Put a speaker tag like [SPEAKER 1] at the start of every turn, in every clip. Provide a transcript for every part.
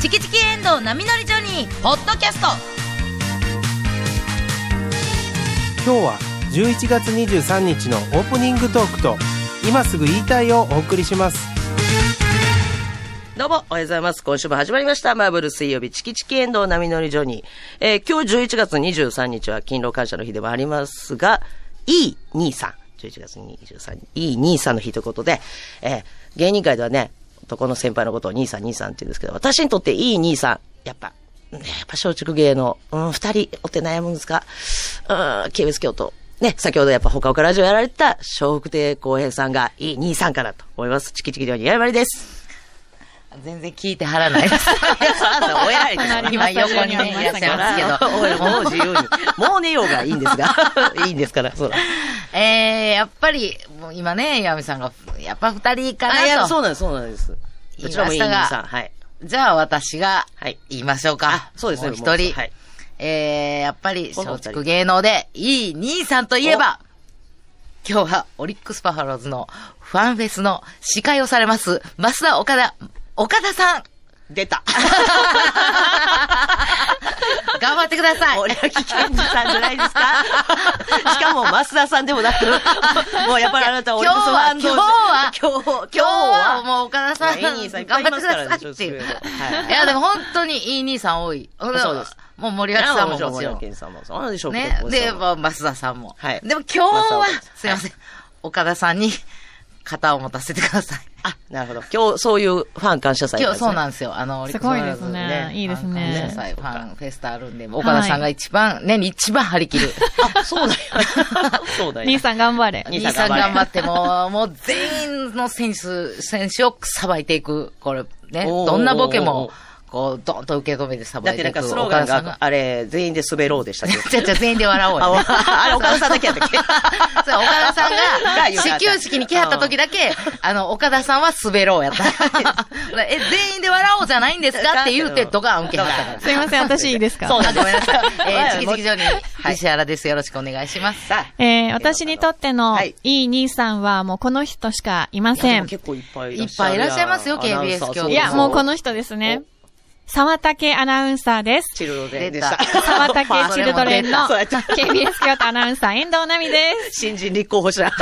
[SPEAKER 1] チキチキエンドウ波乗りジョニー」ポッドキャスト
[SPEAKER 2] 今日は11月23日のオープニングトークと今すぐ言いたいをお送りします
[SPEAKER 3] どうも、おはようございます。今週も始まりました。マーブル水曜日、チキチキエンドウ波乗りジョニー。えー今日11月23日は勤労感謝の日でもありますが、E23。11月23日、E23 の日ということで、えー芸人界ではね、男の先輩のことを兄さん兄さんって言うんですけど、私にとって E23、やっぱ、ね、やっぱ松竹芸能、うん、二人おって悩むんですが、うん、軽蔑教と、ね、先ほどやっぱ他岡ラジオやられてた、笑福亭公平さんが E23 かなと思います。チキチキ料理、やまりです。
[SPEAKER 4] 全然聞いてはらない です。
[SPEAKER 3] 親に
[SPEAKER 4] 今横にね、いらっしゃ いますけど。
[SPEAKER 3] もう自由に。もう寝ようがいいんですが。いいんですから、そうだ。
[SPEAKER 4] えー、やっぱり、もう今ね、岩見さんが、やっぱ二人か
[SPEAKER 3] あ、い
[SPEAKER 4] な
[SPEAKER 3] や、
[SPEAKER 4] と。
[SPEAKER 3] そうなんです、そうなんです。どちらもいい
[SPEAKER 4] 言いま
[SPEAKER 3] 皆
[SPEAKER 4] し
[SPEAKER 3] さ
[SPEAKER 4] た
[SPEAKER 3] ん。
[SPEAKER 4] が
[SPEAKER 3] はい。
[SPEAKER 4] じゃあ私が
[SPEAKER 3] はい、
[SPEAKER 4] 言いましょうか
[SPEAKER 3] あ。そうですね
[SPEAKER 4] もう
[SPEAKER 3] もう
[SPEAKER 4] 一
[SPEAKER 3] 一
[SPEAKER 4] 人
[SPEAKER 3] 人はい。
[SPEAKER 4] えー、やっぱり、
[SPEAKER 3] この二
[SPEAKER 4] 松
[SPEAKER 3] 人
[SPEAKER 4] 竹芸能で、いい兄さんといえば、今日はオリックスパファローズのファンフェスの司会をされます、増田岡田、岡田さん、
[SPEAKER 3] 出た。
[SPEAKER 4] 頑張ってくだ さい。
[SPEAKER 3] 森脇健児さんじゃないです かしかも、増田さんでもなく、もうやっぱりあなたは俺こそファンの
[SPEAKER 4] 今日は
[SPEAKER 3] 今日は、
[SPEAKER 4] 今
[SPEAKER 3] 今
[SPEAKER 4] 日
[SPEAKER 3] 日
[SPEAKER 4] は
[SPEAKER 3] は、
[SPEAKER 4] もう岡田さん、
[SPEAKER 3] まあいい兄さんいっぱい
[SPEAKER 4] 頑張ってくださいっていう。
[SPEAKER 3] いますからね
[SPEAKER 4] いや、でも本当にいい兄さん多い。
[SPEAKER 3] そうです
[SPEAKER 4] もう森脇さんももち
[SPEAKER 3] 森
[SPEAKER 4] ろ
[SPEAKER 3] 脇
[SPEAKER 4] ん。
[SPEAKER 3] 健児さんも、そうなんでしょうけ
[SPEAKER 4] ね
[SPEAKER 3] ど。。
[SPEAKER 4] で、
[SPEAKER 3] も
[SPEAKER 4] まあ、増田さんも。
[SPEAKER 3] はい
[SPEAKER 4] でも今日は
[SPEAKER 3] 増田さん、
[SPEAKER 4] すいません。岡田さんに肩を持たせてください。
[SPEAKER 3] あ、なるほど。今日、そういうファン感謝祭
[SPEAKER 4] 今日そう
[SPEAKER 3] で
[SPEAKER 4] なんですよ。あの、オリックス
[SPEAKER 5] すごい
[SPEAKER 4] マリーン
[SPEAKER 5] ですねいいですね
[SPEAKER 4] ファン感謝祭ファンフェスタあるんで、岡田さんが一番、年に一番張り切る。
[SPEAKER 3] す。あ、 そうだよ。 そうだよ。
[SPEAKER 5] 兄さん頑張れ。
[SPEAKER 3] 兄
[SPEAKER 4] 兄
[SPEAKER 3] さん
[SPEAKER 4] さん
[SPEAKER 3] 頑
[SPEAKER 4] 頑
[SPEAKER 3] 張
[SPEAKER 4] 張って、もう、もう全員の選手、選手をさばいていく。これ、ね。
[SPEAKER 3] おー
[SPEAKER 4] どんなボケも、こう、どんと受け止めてさば
[SPEAKER 3] だっ
[SPEAKER 4] い
[SPEAKER 3] て
[SPEAKER 4] て
[SPEAKER 3] ないんか
[SPEAKER 4] く。
[SPEAKER 3] スローガン
[SPEAKER 4] 岡田さん
[SPEAKER 3] が、あれ、全員で滑ろうでしたっけど。
[SPEAKER 4] じゃあじゃあ全員で笑おう
[SPEAKER 3] あ、
[SPEAKER 4] よ、
[SPEAKER 3] わ
[SPEAKER 4] ね。
[SPEAKER 3] あれ、岡田さんだけやったっ け
[SPEAKER 4] そう、岡田さん
[SPEAKER 3] が
[SPEAKER 4] が、
[SPEAKER 3] 言うから
[SPEAKER 4] 始球式に来はった時だけ、あの、岡田さんは滑ろうやった。 え、全員で笑おうじゃないんですかって言うて、ドカン受けはったから。
[SPEAKER 5] すいません、私いいですか
[SPEAKER 4] あ、ごめんなさい。えー、
[SPEAKER 3] はい
[SPEAKER 4] チキチキジョニー、石原です。よろしくお願い します。
[SPEAKER 3] さあ
[SPEAKER 5] えー、私にとっての
[SPEAKER 3] はい
[SPEAKER 5] いい兄さんはもうこの人しかいま
[SPEAKER 3] いや
[SPEAKER 5] せ
[SPEAKER 3] で
[SPEAKER 5] ん
[SPEAKER 3] も。結構いっぱい
[SPEAKER 4] いっぱいいらっしゃいますよ KBS 今日構
[SPEAKER 5] いや、もうこ
[SPEAKER 3] の、
[SPEAKER 5] の人ですね。沢竹アナウンサ ーです。
[SPEAKER 3] チルドレンで
[SPEAKER 4] 出
[SPEAKER 3] したた。
[SPEAKER 5] 沢竹チルドレン の
[SPEAKER 3] そうやって
[SPEAKER 5] KBS 京都アナウンサー、遠藤奈美です。
[SPEAKER 3] 新人立候補者。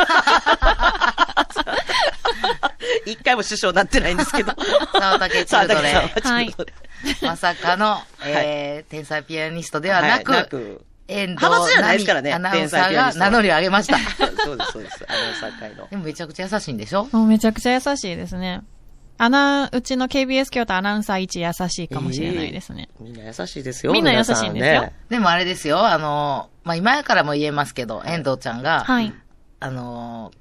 [SPEAKER 3] 一回も首相になってないんですけど。
[SPEAKER 4] 沢竹チルドレン
[SPEAKER 3] 沢竹さんはチルドレン
[SPEAKER 4] まさかの、えー、天才ピアニストではなく、
[SPEAKER 3] はいなく
[SPEAKER 4] 遠藤
[SPEAKER 3] 派閥じゃないですからね
[SPEAKER 4] アナウンサー
[SPEAKER 3] 天才ピアニ
[SPEAKER 4] が
[SPEAKER 3] ストは
[SPEAKER 4] 名乗りを上 げました。
[SPEAKER 3] そうです、そうです。アナウンサー会の。
[SPEAKER 4] でもめちゃくちゃ優しいんでしょ
[SPEAKER 5] もうめちゃくちゃ優しいですね。アナ、うちの KBS 京都アナウンサー一優しいかもしれないですね。
[SPEAKER 3] みんな優しいですよ。
[SPEAKER 5] みんな優しいんですよ
[SPEAKER 3] 皆さね
[SPEAKER 4] でもあれですよ、あの、まあ、今やからも言えますけど、遠藤ちゃんが、
[SPEAKER 5] はい。
[SPEAKER 4] あのー、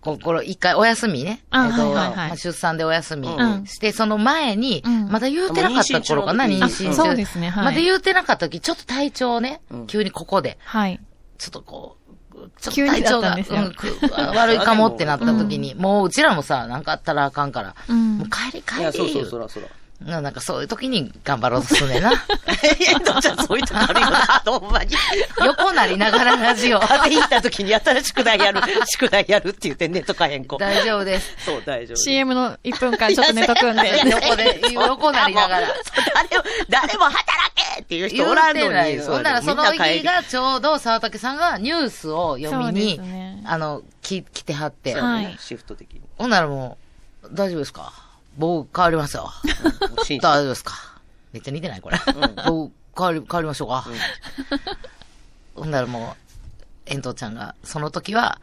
[SPEAKER 4] ここれ一回お休みね。
[SPEAKER 5] あ
[SPEAKER 4] えっと
[SPEAKER 5] はいはいはい
[SPEAKER 4] まあ出産でお休み
[SPEAKER 3] うん
[SPEAKER 4] して、その前に、
[SPEAKER 5] うん
[SPEAKER 4] まだ言うてなかった頃かな、
[SPEAKER 3] あもう
[SPEAKER 4] 妊
[SPEAKER 3] 妊娠中の時
[SPEAKER 4] 娠中。
[SPEAKER 3] あ
[SPEAKER 5] そうですねはい
[SPEAKER 4] まだ言うてなかった時、ちょっと体調をね、急にここで、
[SPEAKER 5] はい。ち
[SPEAKER 4] ちょっとこう、ちょっと
[SPEAKER 5] 急に
[SPEAKER 4] 体調
[SPEAKER 5] だった
[SPEAKER 4] が、
[SPEAKER 5] んですよ
[SPEAKER 4] うんく悪いかもってなった時に、もううちらもさ、なんかあったらあかんから、
[SPEAKER 5] うん
[SPEAKER 4] もう帰り
[SPEAKER 3] い
[SPEAKER 4] 帰
[SPEAKER 3] や、そう
[SPEAKER 4] り
[SPEAKER 3] そ
[SPEAKER 4] 言
[SPEAKER 3] う、
[SPEAKER 4] う
[SPEAKER 3] そらそら。
[SPEAKER 4] ななんかそういう時に頑張ろうとすんねん
[SPEAKER 3] い
[SPEAKER 4] な。
[SPEAKER 3] や、どっちゃそういうとこあるよな、ほんまに。
[SPEAKER 4] 横なりながらラジ オ。
[SPEAKER 3] 風邪ひいた時にやたら宿題やる、宿題やるって言ってネットか変更。
[SPEAKER 4] 大丈夫です。
[SPEAKER 3] そう、大丈夫。
[SPEAKER 5] CM の1分間ちょっ と寝とくん
[SPEAKER 4] いやい
[SPEAKER 5] で。
[SPEAKER 4] や横で横なりなが ら
[SPEAKER 3] そう誰も、誰も働けっていう
[SPEAKER 4] 言
[SPEAKER 3] 人
[SPEAKER 4] う
[SPEAKER 3] おらん
[SPEAKER 4] て
[SPEAKER 3] の
[SPEAKER 4] ない
[SPEAKER 3] に。
[SPEAKER 4] よ
[SPEAKER 3] う
[SPEAKER 4] ほんならその
[SPEAKER 3] みんな帰
[SPEAKER 4] 日
[SPEAKER 3] り
[SPEAKER 4] がちょうど沢竹さんがニュースを読みに、
[SPEAKER 5] そうですね
[SPEAKER 4] あの、き、来てはって。
[SPEAKER 5] はい
[SPEAKER 3] シフト的に。
[SPEAKER 4] ほんならもう、大丈夫ですか僕変わりますよ。
[SPEAKER 3] もう真摯
[SPEAKER 4] 大丈夫ですかめっちゃ似てないこれ。僕変わり、変わりましょうか。ほんならもう、遠藤ちゃんが、その時は、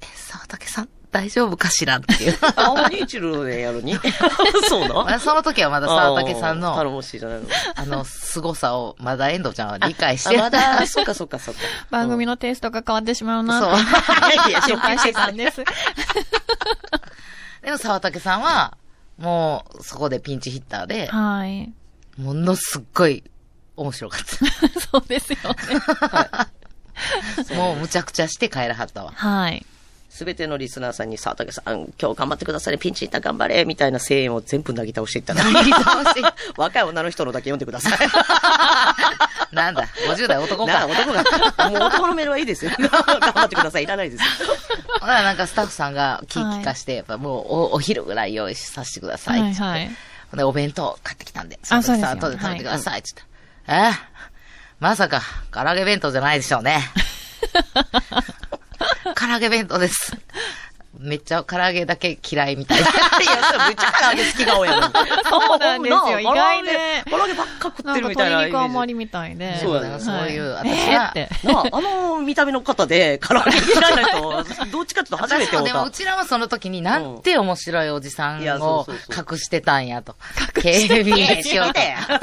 [SPEAKER 4] え沢竹さん大丈夫かしらって いう。
[SPEAKER 3] あ、おにチルドレンやるに そう
[SPEAKER 4] ま
[SPEAKER 3] な
[SPEAKER 4] あその時はまだ沢竹さん
[SPEAKER 3] あ
[SPEAKER 4] の、
[SPEAKER 3] ー頼
[SPEAKER 4] あ
[SPEAKER 3] もしいじゃないの。
[SPEAKER 4] の、凄さを、まだ遠藤ちゃんは理解し
[SPEAKER 3] あ
[SPEAKER 4] て、
[SPEAKER 3] まだ、そっかそっかそっか。
[SPEAKER 5] 番組のテイストが変わってしまう
[SPEAKER 4] そ
[SPEAKER 5] な
[SPEAKER 4] う
[SPEAKER 5] と。
[SPEAKER 3] いや、心
[SPEAKER 5] 心
[SPEAKER 3] 配
[SPEAKER 5] 配し
[SPEAKER 3] してて
[SPEAKER 5] た
[SPEAKER 3] た。
[SPEAKER 5] んです。
[SPEAKER 4] でも沢竹さんは、もう、そこでピンチヒッターで、
[SPEAKER 5] はい。
[SPEAKER 4] ものすっごい面白かっ
[SPEAKER 5] そうですよね。
[SPEAKER 4] た。もうむちゃくちゃして帰らは ったわ。
[SPEAKER 5] はい。
[SPEAKER 3] すべてのリスナーさんに、さあ、竹さん、今日頑張ってくださいね、ピンチいった頑張れ、みたいな声援を全部なぎ倒していったら、
[SPEAKER 4] 見通し
[SPEAKER 3] 若い女の人のだけ読んでくださ い。
[SPEAKER 4] なんだ、50代男
[SPEAKER 3] な
[SPEAKER 4] か。
[SPEAKER 3] あ男 が、もう男のメールはいいですよ。頑張ってください。いらないですよ。
[SPEAKER 4] ほらなんかスタッフさんが聞き聞かして、やっぱもうおお昼ぐらい用意させてくださいっ
[SPEAKER 5] は
[SPEAKER 4] て
[SPEAKER 5] いはい。
[SPEAKER 4] ほんで、お弁当買ってきたんで、
[SPEAKER 5] あそうですよ
[SPEAKER 4] さ後で食べてください、つって。えーまさか、唐揚げ弁当じゃないでしょ うね。唐揚げ弁当です。めっちゃ唐揚げだけ嫌い みたい
[SPEAKER 3] い
[SPEAKER 4] な。
[SPEAKER 3] や、それめっちゃ唐揚げ好き顔やのに。
[SPEAKER 5] そうなん ですよ。意外ね。
[SPEAKER 3] 唐揚げばっか食っ
[SPEAKER 5] なん
[SPEAKER 3] て
[SPEAKER 5] か
[SPEAKER 3] るみたいなイメ
[SPEAKER 5] 鶏
[SPEAKER 3] ージ。
[SPEAKER 5] 肉あんまりみたいで。
[SPEAKER 3] そうだ
[SPEAKER 5] は
[SPEAKER 3] よ
[SPEAKER 5] い
[SPEAKER 4] そういう私
[SPEAKER 5] えー
[SPEAKER 4] は
[SPEAKER 5] って。
[SPEAKER 3] なあ、あの見た目の方で、唐揚げ嫌いな 人、どっちかっていうと初め
[SPEAKER 4] 私
[SPEAKER 3] て
[SPEAKER 4] も
[SPEAKER 3] 会
[SPEAKER 4] で
[SPEAKER 3] っ
[SPEAKER 4] も、
[SPEAKER 3] た
[SPEAKER 4] う。ちらはその時になんて面白いおじさ
[SPEAKER 3] うんんいやそ
[SPEAKER 4] を
[SPEAKER 3] うそう
[SPEAKER 4] 隠してたんやと。KBS よ。
[SPEAKER 3] 知ってたよ。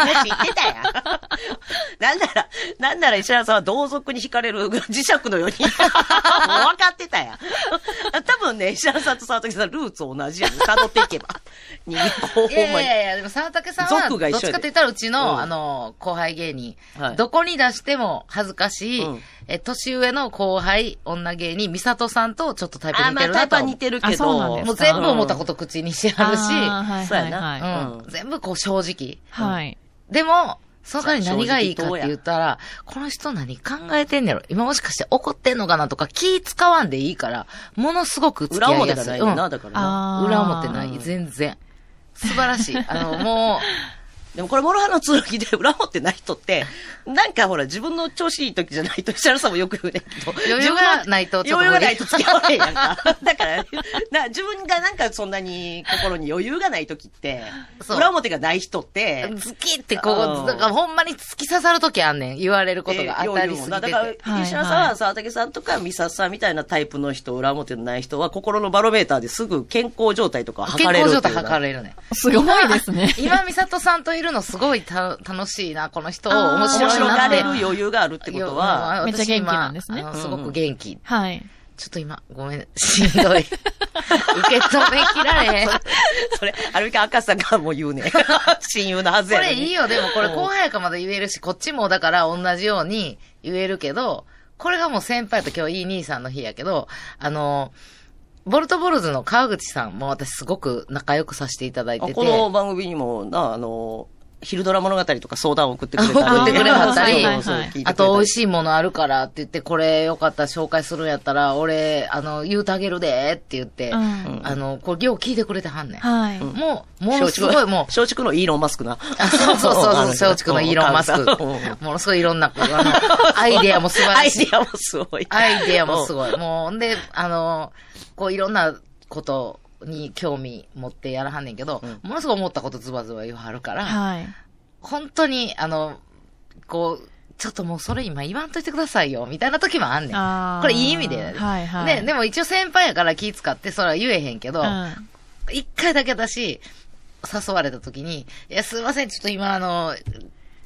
[SPEAKER 3] なんなら、なんなら石原さんは同族に惹かれる磁石のように。もう分 かってたやん。多分ね、石原さんと沢崎さん、ルーツ同じやん。辿ってい けば。人間、 ほん
[SPEAKER 4] いやい
[SPEAKER 3] まに。
[SPEAKER 4] やいや、でも沢竹さんは、ど
[SPEAKER 3] 族
[SPEAKER 4] っ
[SPEAKER 3] が
[SPEAKER 4] ちか
[SPEAKER 3] 一緒やで
[SPEAKER 4] って言ったらうち
[SPEAKER 3] うん
[SPEAKER 4] の、あの、後輩芸人
[SPEAKER 3] はい。
[SPEAKER 4] どこに出しても恥ずかしい
[SPEAKER 3] うん、
[SPEAKER 4] え、年上の後輩、女芸人、美里さんとちょっとタイプ
[SPEAKER 3] あ、
[SPEAKER 4] 似
[SPEAKER 3] ま
[SPEAKER 4] て
[SPEAKER 3] あ、
[SPEAKER 4] る
[SPEAKER 3] タイ
[SPEAKER 4] な
[SPEAKER 3] プ
[SPEAKER 4] と
[SPEAKER 3] は
[SPEAKER 4] は
[SPEAKER 3] 似
[SPEAKER 4] 思
[SPEAKER 3] てるけど。
[SPEAKER 5] あそうなん
[SPEAKER 4] う。
[SPEAKER 5] です
[SPEAKER 4] もう全部思ったこと口にしてはるし、
[SPEAKER 5] あー
[SPEAKER 3] そう
[SPEAKER 5] はい
[SPEAKER 3] やな
[SPEAKER 5] はいは
[SPEAKER 3] うん
[SPEAKER 4] うん全部こう正直。
[SPEAKER 5] い。はい。
[SPEAKER 4] でも、その代わり何がいいかって言ったら、この人何考えてんねやろ今もしかして怒ってんのかなとか気使わんでいいから、ものすごく付き
[SPEAKER 3] 裏
[SPEAKER 4] 合い
[SPEAKER 3] 表
[SPEAKER 4] や
[SPEAKER 3] じゃ
[SPEAKER 4] す。
[SPEAKER 3] ないいうよ
[SPEAKER 4] ん
[SPEAKER 3] な、だからな。
[SPEAKER 5] あー
[SPEAKER 4] 裏表ない。全然。素晴らしい。あの、も
[SPEAKER 3] でもこれ、モロハの剣で 裏表ってない人って、なんかほら、自分の調子いい時じゃないと、石原さんもよく言うねんけど。
[SPEAKER 4] 余裕がないと
[SPEAKER 3] 自分の余裕がないと付き合われへんやんか。だから、な自分がなんかそんなに心に余裕がない時って、
[SPEAKER 4] そう
[SPEAKER 3] 裏表がない人って
[SPEAKER 4] う、、好きってこう、
[SPEAKER 3] うん
[SPEAKER 4] だからほんまに突き刺さるときあんねん。言われることが当たりすぎ
[SPEAKER 3] だ
[SPEAKER 4] て
[SPEAKER 3] か
[SPEAKER 4] て。
[SPEAKER 3] ら、石原さん
[SPEAKER 5] はいは
[SPEAKER 3] は、沢竹さんとか、美里さんみたいなタイプの人、裏表のない人は、心のバロメーターですぐ健康状態とか
[SPEAKER 4] 健
[SPEAKER 3] 測れる
[SPEAKER 4] 康
[SPEAKER 3] ってい
[SPEAKER 4] 状
[SPEAKER 3] うか。
[SPEAKER 4] 態測れるね。
[SPEAKER 5] すごいですね。
[SPEAKER 4] 今、美里さんといるのすごいた楽しいな、この人を
[SPEAKER 5] あー
[SPEAKER 4] 面白
[SPEAKER 3] 面
[SPEAKER 4] い
[SPEAKER 3] 白
[SPEAKER 4] な
[SPEAKER 3] が
[SPEAKER 4] っ
[SPEAKER 3] れ
[SPEAKER 4] て
[SPEAKER 3] る。余裕があるってことは、
[SPEAKER 4] よ
[SPEAKER 5] めっちゃ元気なんですね
[SPEAKER 4] 私今あのすごく元気。
[SPEAKER 5] はい。
[SPEAKER 4] ちょっと今、ごめん、しん どい。受け止めきられへん。こ
[SPEAKER 3] それ、アルミカ赤さん がもう言うね。親友のはずやの
[SPEAKER 4] れ
[SPEAKER 3] に
[SPEAKER 4] いいよ、でもこれ後輩やからまだ言えるし、こっちもだから同じように言えるけど、これがもう先輩と今日いい兄さんの日やけど、あの、ボルトボルズの川口さんも私すごく仲良くさせていただいて
[SPEAKER 3] あ
[SPEAKER 4] て。
[SPEAKER 3] この番組にも、な、あの、昼ドラ物語とか相談を送ってくれたり。
[SPEAKER 4] 送ってくれはったり
[SPEAKER 3] そうそうそう
[SPEAKER 5] はいは
[SPEAKER 3] 聞
[SPEAKER 5] いはい
[SPEAKER 3] いてくれたり
[SPEAKER 4] あと、美味しいものあるからって言って、これよかったら紹介するんやったら、俺、あの、言うてあげるでって言って、
[SPEAKER 5] うん
[SPEAKER 4] あの、これ、よう聞いてくれてはんねん。
[SPEAKER 5] はい。
[SPEAKER 4] もう、ものすごいもう、
[SPEAKER 3] 松竹のイーロンマスクな。
[SPEAKER 4] あそうそうそうそう、 松竹のイーロン・マスク
[SPEAKER 3] うん。
[SPEAKER 4] ものすごいいろんな、あのアイデアも素晴
[SPEAKER 3] ア
[SPEAKER 4] ら
[SPEAKER 3] イ
[SPEAKER 4] し
[SPEAKER 3] デ
[SPEAKER 4] い。
[SPEAKER 3] アもすごい。
[SPEAKER 4] アイデアもす
[SPEAKER 3] ごい。
[SPEAKER 4] ごい。もう、んで、あの、こういろんなことに興味持ってやらはんねんけど、ものすごい思ったことズバズバ言わはるから、
[SPEAKER 5] はい。
[SPEAKER 4] 本当に、あの、こう、ちょっともうそれ今言わんといてくださいよ、みたいな時もあんね
[SPEAKER 5] あ
[SPEAKER 4] ん。
[SPEAKER 5] ー
[SPEAKER 4] これいい意味で。
[SPEAKER 5] はいはい
[SPEAKER 4] ね、でも一応先輩やから気使ってそれは言えへんけど、
[SPEAKER 5] うん
[SPEAKER 4] 一回だけだし、誘われた時に、いや、すいません、ちょっと今あの、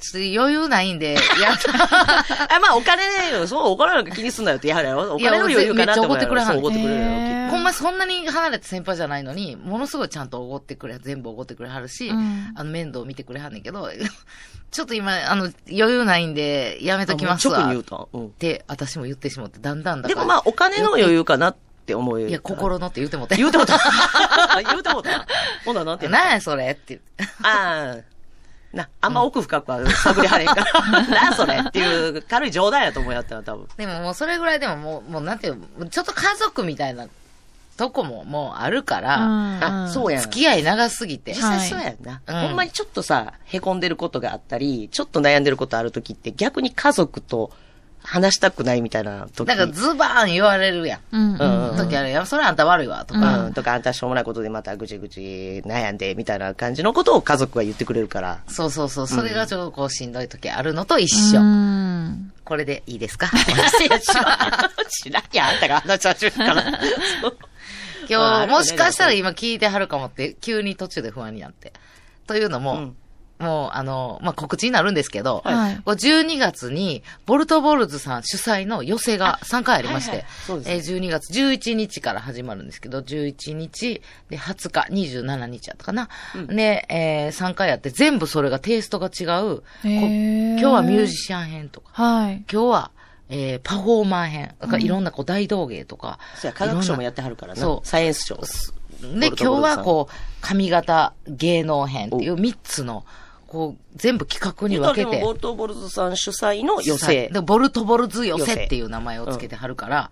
[SPEAKER 4] ちょっと余裕ないんで、やった。
[SPEAKER 3] あ、まあ、お金よ。そう、お金なんか気にすんなよって、やはり、お金の余裕かなって思うやろ
[SPEAKER 4] いや
[SPEAKER 3] そう、怒
[SPEAKER 4] めっちゃ怒
[SPEAKER 3] ってくれるよ。
[SPEAKER 5] へー
[SPEAKER 4] ほんまそんなに離れた先輩じゃないのに、ものすごいちゃんとおごってくれ、全部おごってくれはるし、
[SPEAKER 5] うん
[SPEAKER 4] あの面倒見てくれはんねんけど、 ちょっと今、あの、余裕ないんで、やめときます
[SPEAKER 3] あ
[SPEAKER 4] わ。
[SPEAKER 3] もう直に言う
[SPEAKER 4] ったて、私も言ってしまって、だんだん
[SPEAKER 3] うん。
[SPEAKER 4] だ
[SPEAKER 3] で
[SPEAKER 4] から。
[SPEAKER 3] もまあ、お金の余裕かなって思うよ
[SPEAKER 4] いや、心のって言うてもて。
[SPEAKER 3] 言うてもうた。 言うてもうた。ほな、なんて言うの
[SPEAKER 4] なんやそれって。
[SPEAKER 3] ああ。な、あんま奥深くは探りはれんから。 な、それっていう軽い冗談やと思うやったら多分。
[SPEAKER 4] でももうそれぐらいでももう、もうなんていうの、ちょっと家族みたいなとこももうあるから、
[SPEAKER 5] うんあそう
[SPEAKER 3] やん
[SPEAKER 4] 付き合い長すぎて。
[SPEAKER 3] 実際そうやんな、
[SPEAKER 4] はい
[SPEAKER 3] ほんまにちょっとさ、凹んでることがあったり、ちょっと悩んでることあるときって逆に家族と話したくないみたいな時
[SPEAKER 4] なんかズバーン言われるやん。
[SPEAKER 5] うん
[SPEAKER 3] う
[SPEAKER 5] う
[SPEAKER 3] ん
[SPEAKER 5] ん。
[SPEAKER 3] うん
[SPEAKER 4] 時あるやん。それあんた悪いわ、とか。
[SPEAKER 3] うん、とか、あんたしょうもないことでまたぐちぐち悩んで、みたいな感じのことを家族が言ってくれるから。
[SPEAKER 4] そうそうそう。それがちょっとこうしんどい時あるのと一緒。
[SPEAKER 5] うん
[SPEAKER 4] これでいいですか
[SPEAKER 3] 知らん 知らんやん、あんたが話し始める から。そう
[SPEAKER 4] 今日、もしかしたら今聞いてはるかもって、急に途中で不安になって。というのも、
[SPEAKER 3] うん
[SPEAKER 4] もう、あの、まあ、告知になるんですけど、
[SPEAKER 5] はい
[SPEAKER 4] こう12月に、ボルトボルズさん主催の寄せが3回ありまして、
[SPEAKER 3] そうですね
[SPEAKER 4] えー12月11日から始まるんですけど、11日、で、20日、27日やったかな。で、えー3回やって、全部それがテイストが違う、こ
[SPEAKER 5] へー
[SPEAKER 4] 今日はミュージシャン編とか、
[SPEAKER 5] はい。
[SPEAKER 4] 今日は、えーパフォーマー編、なんかいろんなこう大道芸とか、
[SPEAKER 3] や、科学賞もやってはるからな。
[SPEAKER 4] そう
[SPEAKER 3] サイエンス賞。
[SPEAKER 4] で、今日はこう、髪型芸能編っていう3つの、こう、全部企画に分けて
[SPEAKER 3] ボ、ルトボルズさん主催の寄
[SPEAKER 4] 主催
[SPEAKER 3] せ。
[SPEAKER 4] で、ボルトボルズ寄
[SPEAKER 3] 寄
[SPEAKER 4] せ
[SPEAKER 3] せ
[SPEAKER 4] っていう名前をつけてはるから、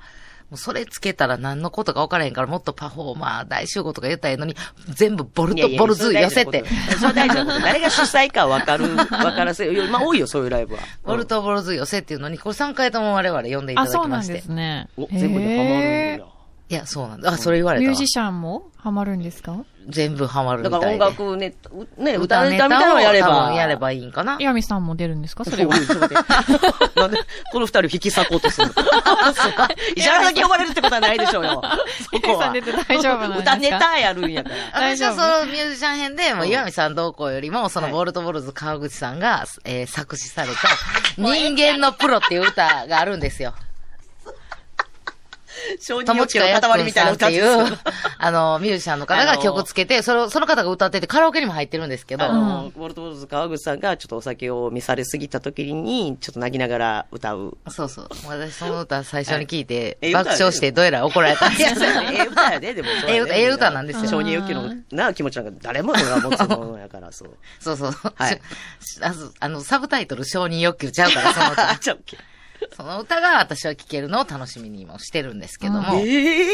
[SPEAKER 4] もうそれつけたら何のことか分からへんから、もっとパフォーマー、大集合とか言ったらええのに、全部ボル
[SPEAKER 3] いや
[SPEAKER 4] ト
[SPEAKER 3] い、や
[SPEAKER 4] ボルズ寄せて。。
[SPEAKER 3] それ大事なことそれ大事なこと。誰が主催か分かる、 分からせる。まあ多いよ、そういうライブは。
[SPEAKER 4] ボルトボルズ寄せっていうのに、これ3回とも我々呼んでいた
[SPEAKER 5] あ、
[SPEAKER 4] だ
[SPEAKER 5] そ
[SPEAKER 4] き
[SPEAKER 5] うな
[SPEAKER 4] ま
[SPEAKER 5] ん
[SPEAKER 4] し
[SPEAKER 5] で
[SPEAKER 4] て
[SPEAKER 5] す。ね。
[SPEAKER 3] うん。お、全部でハマるん
[SPEAKER 5] へ
[SPEAKER 3] だ。
[SPEAKER 4] いや、そうなんだ。あ、それ言わ
[SPEAKER 5] ー
[SPEAKER 4] れ
[SPEAKER 5] ミ
[SPEAKER 4] た
[SPEAKER 5] ュ
[SPEAKER 4] わ
[SPEAKER 5] ー。ジシャンもハマるんですか
[SPEAKER 4] 全部ハマるみ
[SPEAKER 3] だ
[SPEAKER 4] た
[SPEAKER 3] か
[SPEAKER 4] いで。
[SPEAKER 3] ら音楽ね、うね、歌
[SPEAKER 4] 歌
[SPEAKER 3] ネ
[SPEAKER 4] ネ
[SPEAKER 3] タ
[SPEAKER 4] タ
[SPEAKER 3] みたいなのを
[SPEAKER 4] を
[SPEAKER 3] やれ
[SPEAKER 4] 多
[SPEAKER 3] ば。
[SPEAKER 4] 分やればいいんかな。
[SPEAKER 5] 岩見さんも出るんですかそ
[SPEAKER 3] そ
[SPEAKER 5] れ
[SPEAKER 3] れ
[SPEAKER 5] は。
[SPEAKER 3] なんで、この二人を引き裂こうとするの石原さんに呼ばれるってことはないでしょうよ。そこは
[SPEAKER 5] 石原さん出て大丈夫なんですか
[SPEAKER 3] 歌ネタやるんやから。
[SPEAKER 5] 大
[SPEAKER 4] 私
[SPEAKER 5] 丈
[SPEAKER 4] は
[SPEAKER 5] 夫
[SPEAKER 4] そのミュージシャン編で、もう岩見さんどうこうよりも、そのボルトボルズ川口さんが、えー作詞された、 人間のプロっていう歌があるんですよ。
[SPEAKER 3] 承認
[SPEAKER 4] 友
[SPEAKER 3] 欲求
[SPEAKER 4] 近
[SPEAKER 3] の
[SPEAKER 4] やっ
[SPEAKER 3] 塊み
[SPEAKER 4] く
[SPEAKER 3] たい
[SPEAKER 4] さ
[SPEAKER 3] なん
[SPEAKER 4] っ
[SPEAKER 3] 歌
[SPEAKER 4] て
[SPEAKER 3] で
[SPEAKER 4] い
[SPEAKER 3] す
[SPEAKER 4] う
[SPEAKER 3] よ。、
[SPEAKER 4] あの、ミュージシャンの方が曲つけて、それその方が歌ってて、カラオケにも入ってるんですけど、
[SPEAKER 3] あの、ボルトボルズ川口さんがちょっとお酒を見されすぎた時に、ちょっと泣きながら歌う。
[SPEAKER 4] そうそう。私その歌最初に聞いて
[SPEAKER 3] ええ、歌
[SPEAKER 4] 爆笑してどうやら怒られたんで
[SPEAKER 3] い
[SPEAKER 4] すよ
[SPEAKER 3] や、それ ええ歌やで、でも。
[SPEAKER 4] ええ歌ええ歌なんですよ
[SPEAKER 3] 承認欲求のな気持ちなんか誰もが持つものやから、そう。
[SPEAKER 4] そうそう。
[SPEAKER 3] はい
[SPEAKER 4] しあのあの、サブタイトル承認欲求ちゃうから、その
[SPEAKER 3] あ
[SPEAKER 4] 歌。
[SPEAKER 3] ちゃうっけ。
[SPEAKER 4] その歌が私は聴けるのを楽しみにもしてるんですけども。
[SPEAKER 3] ええ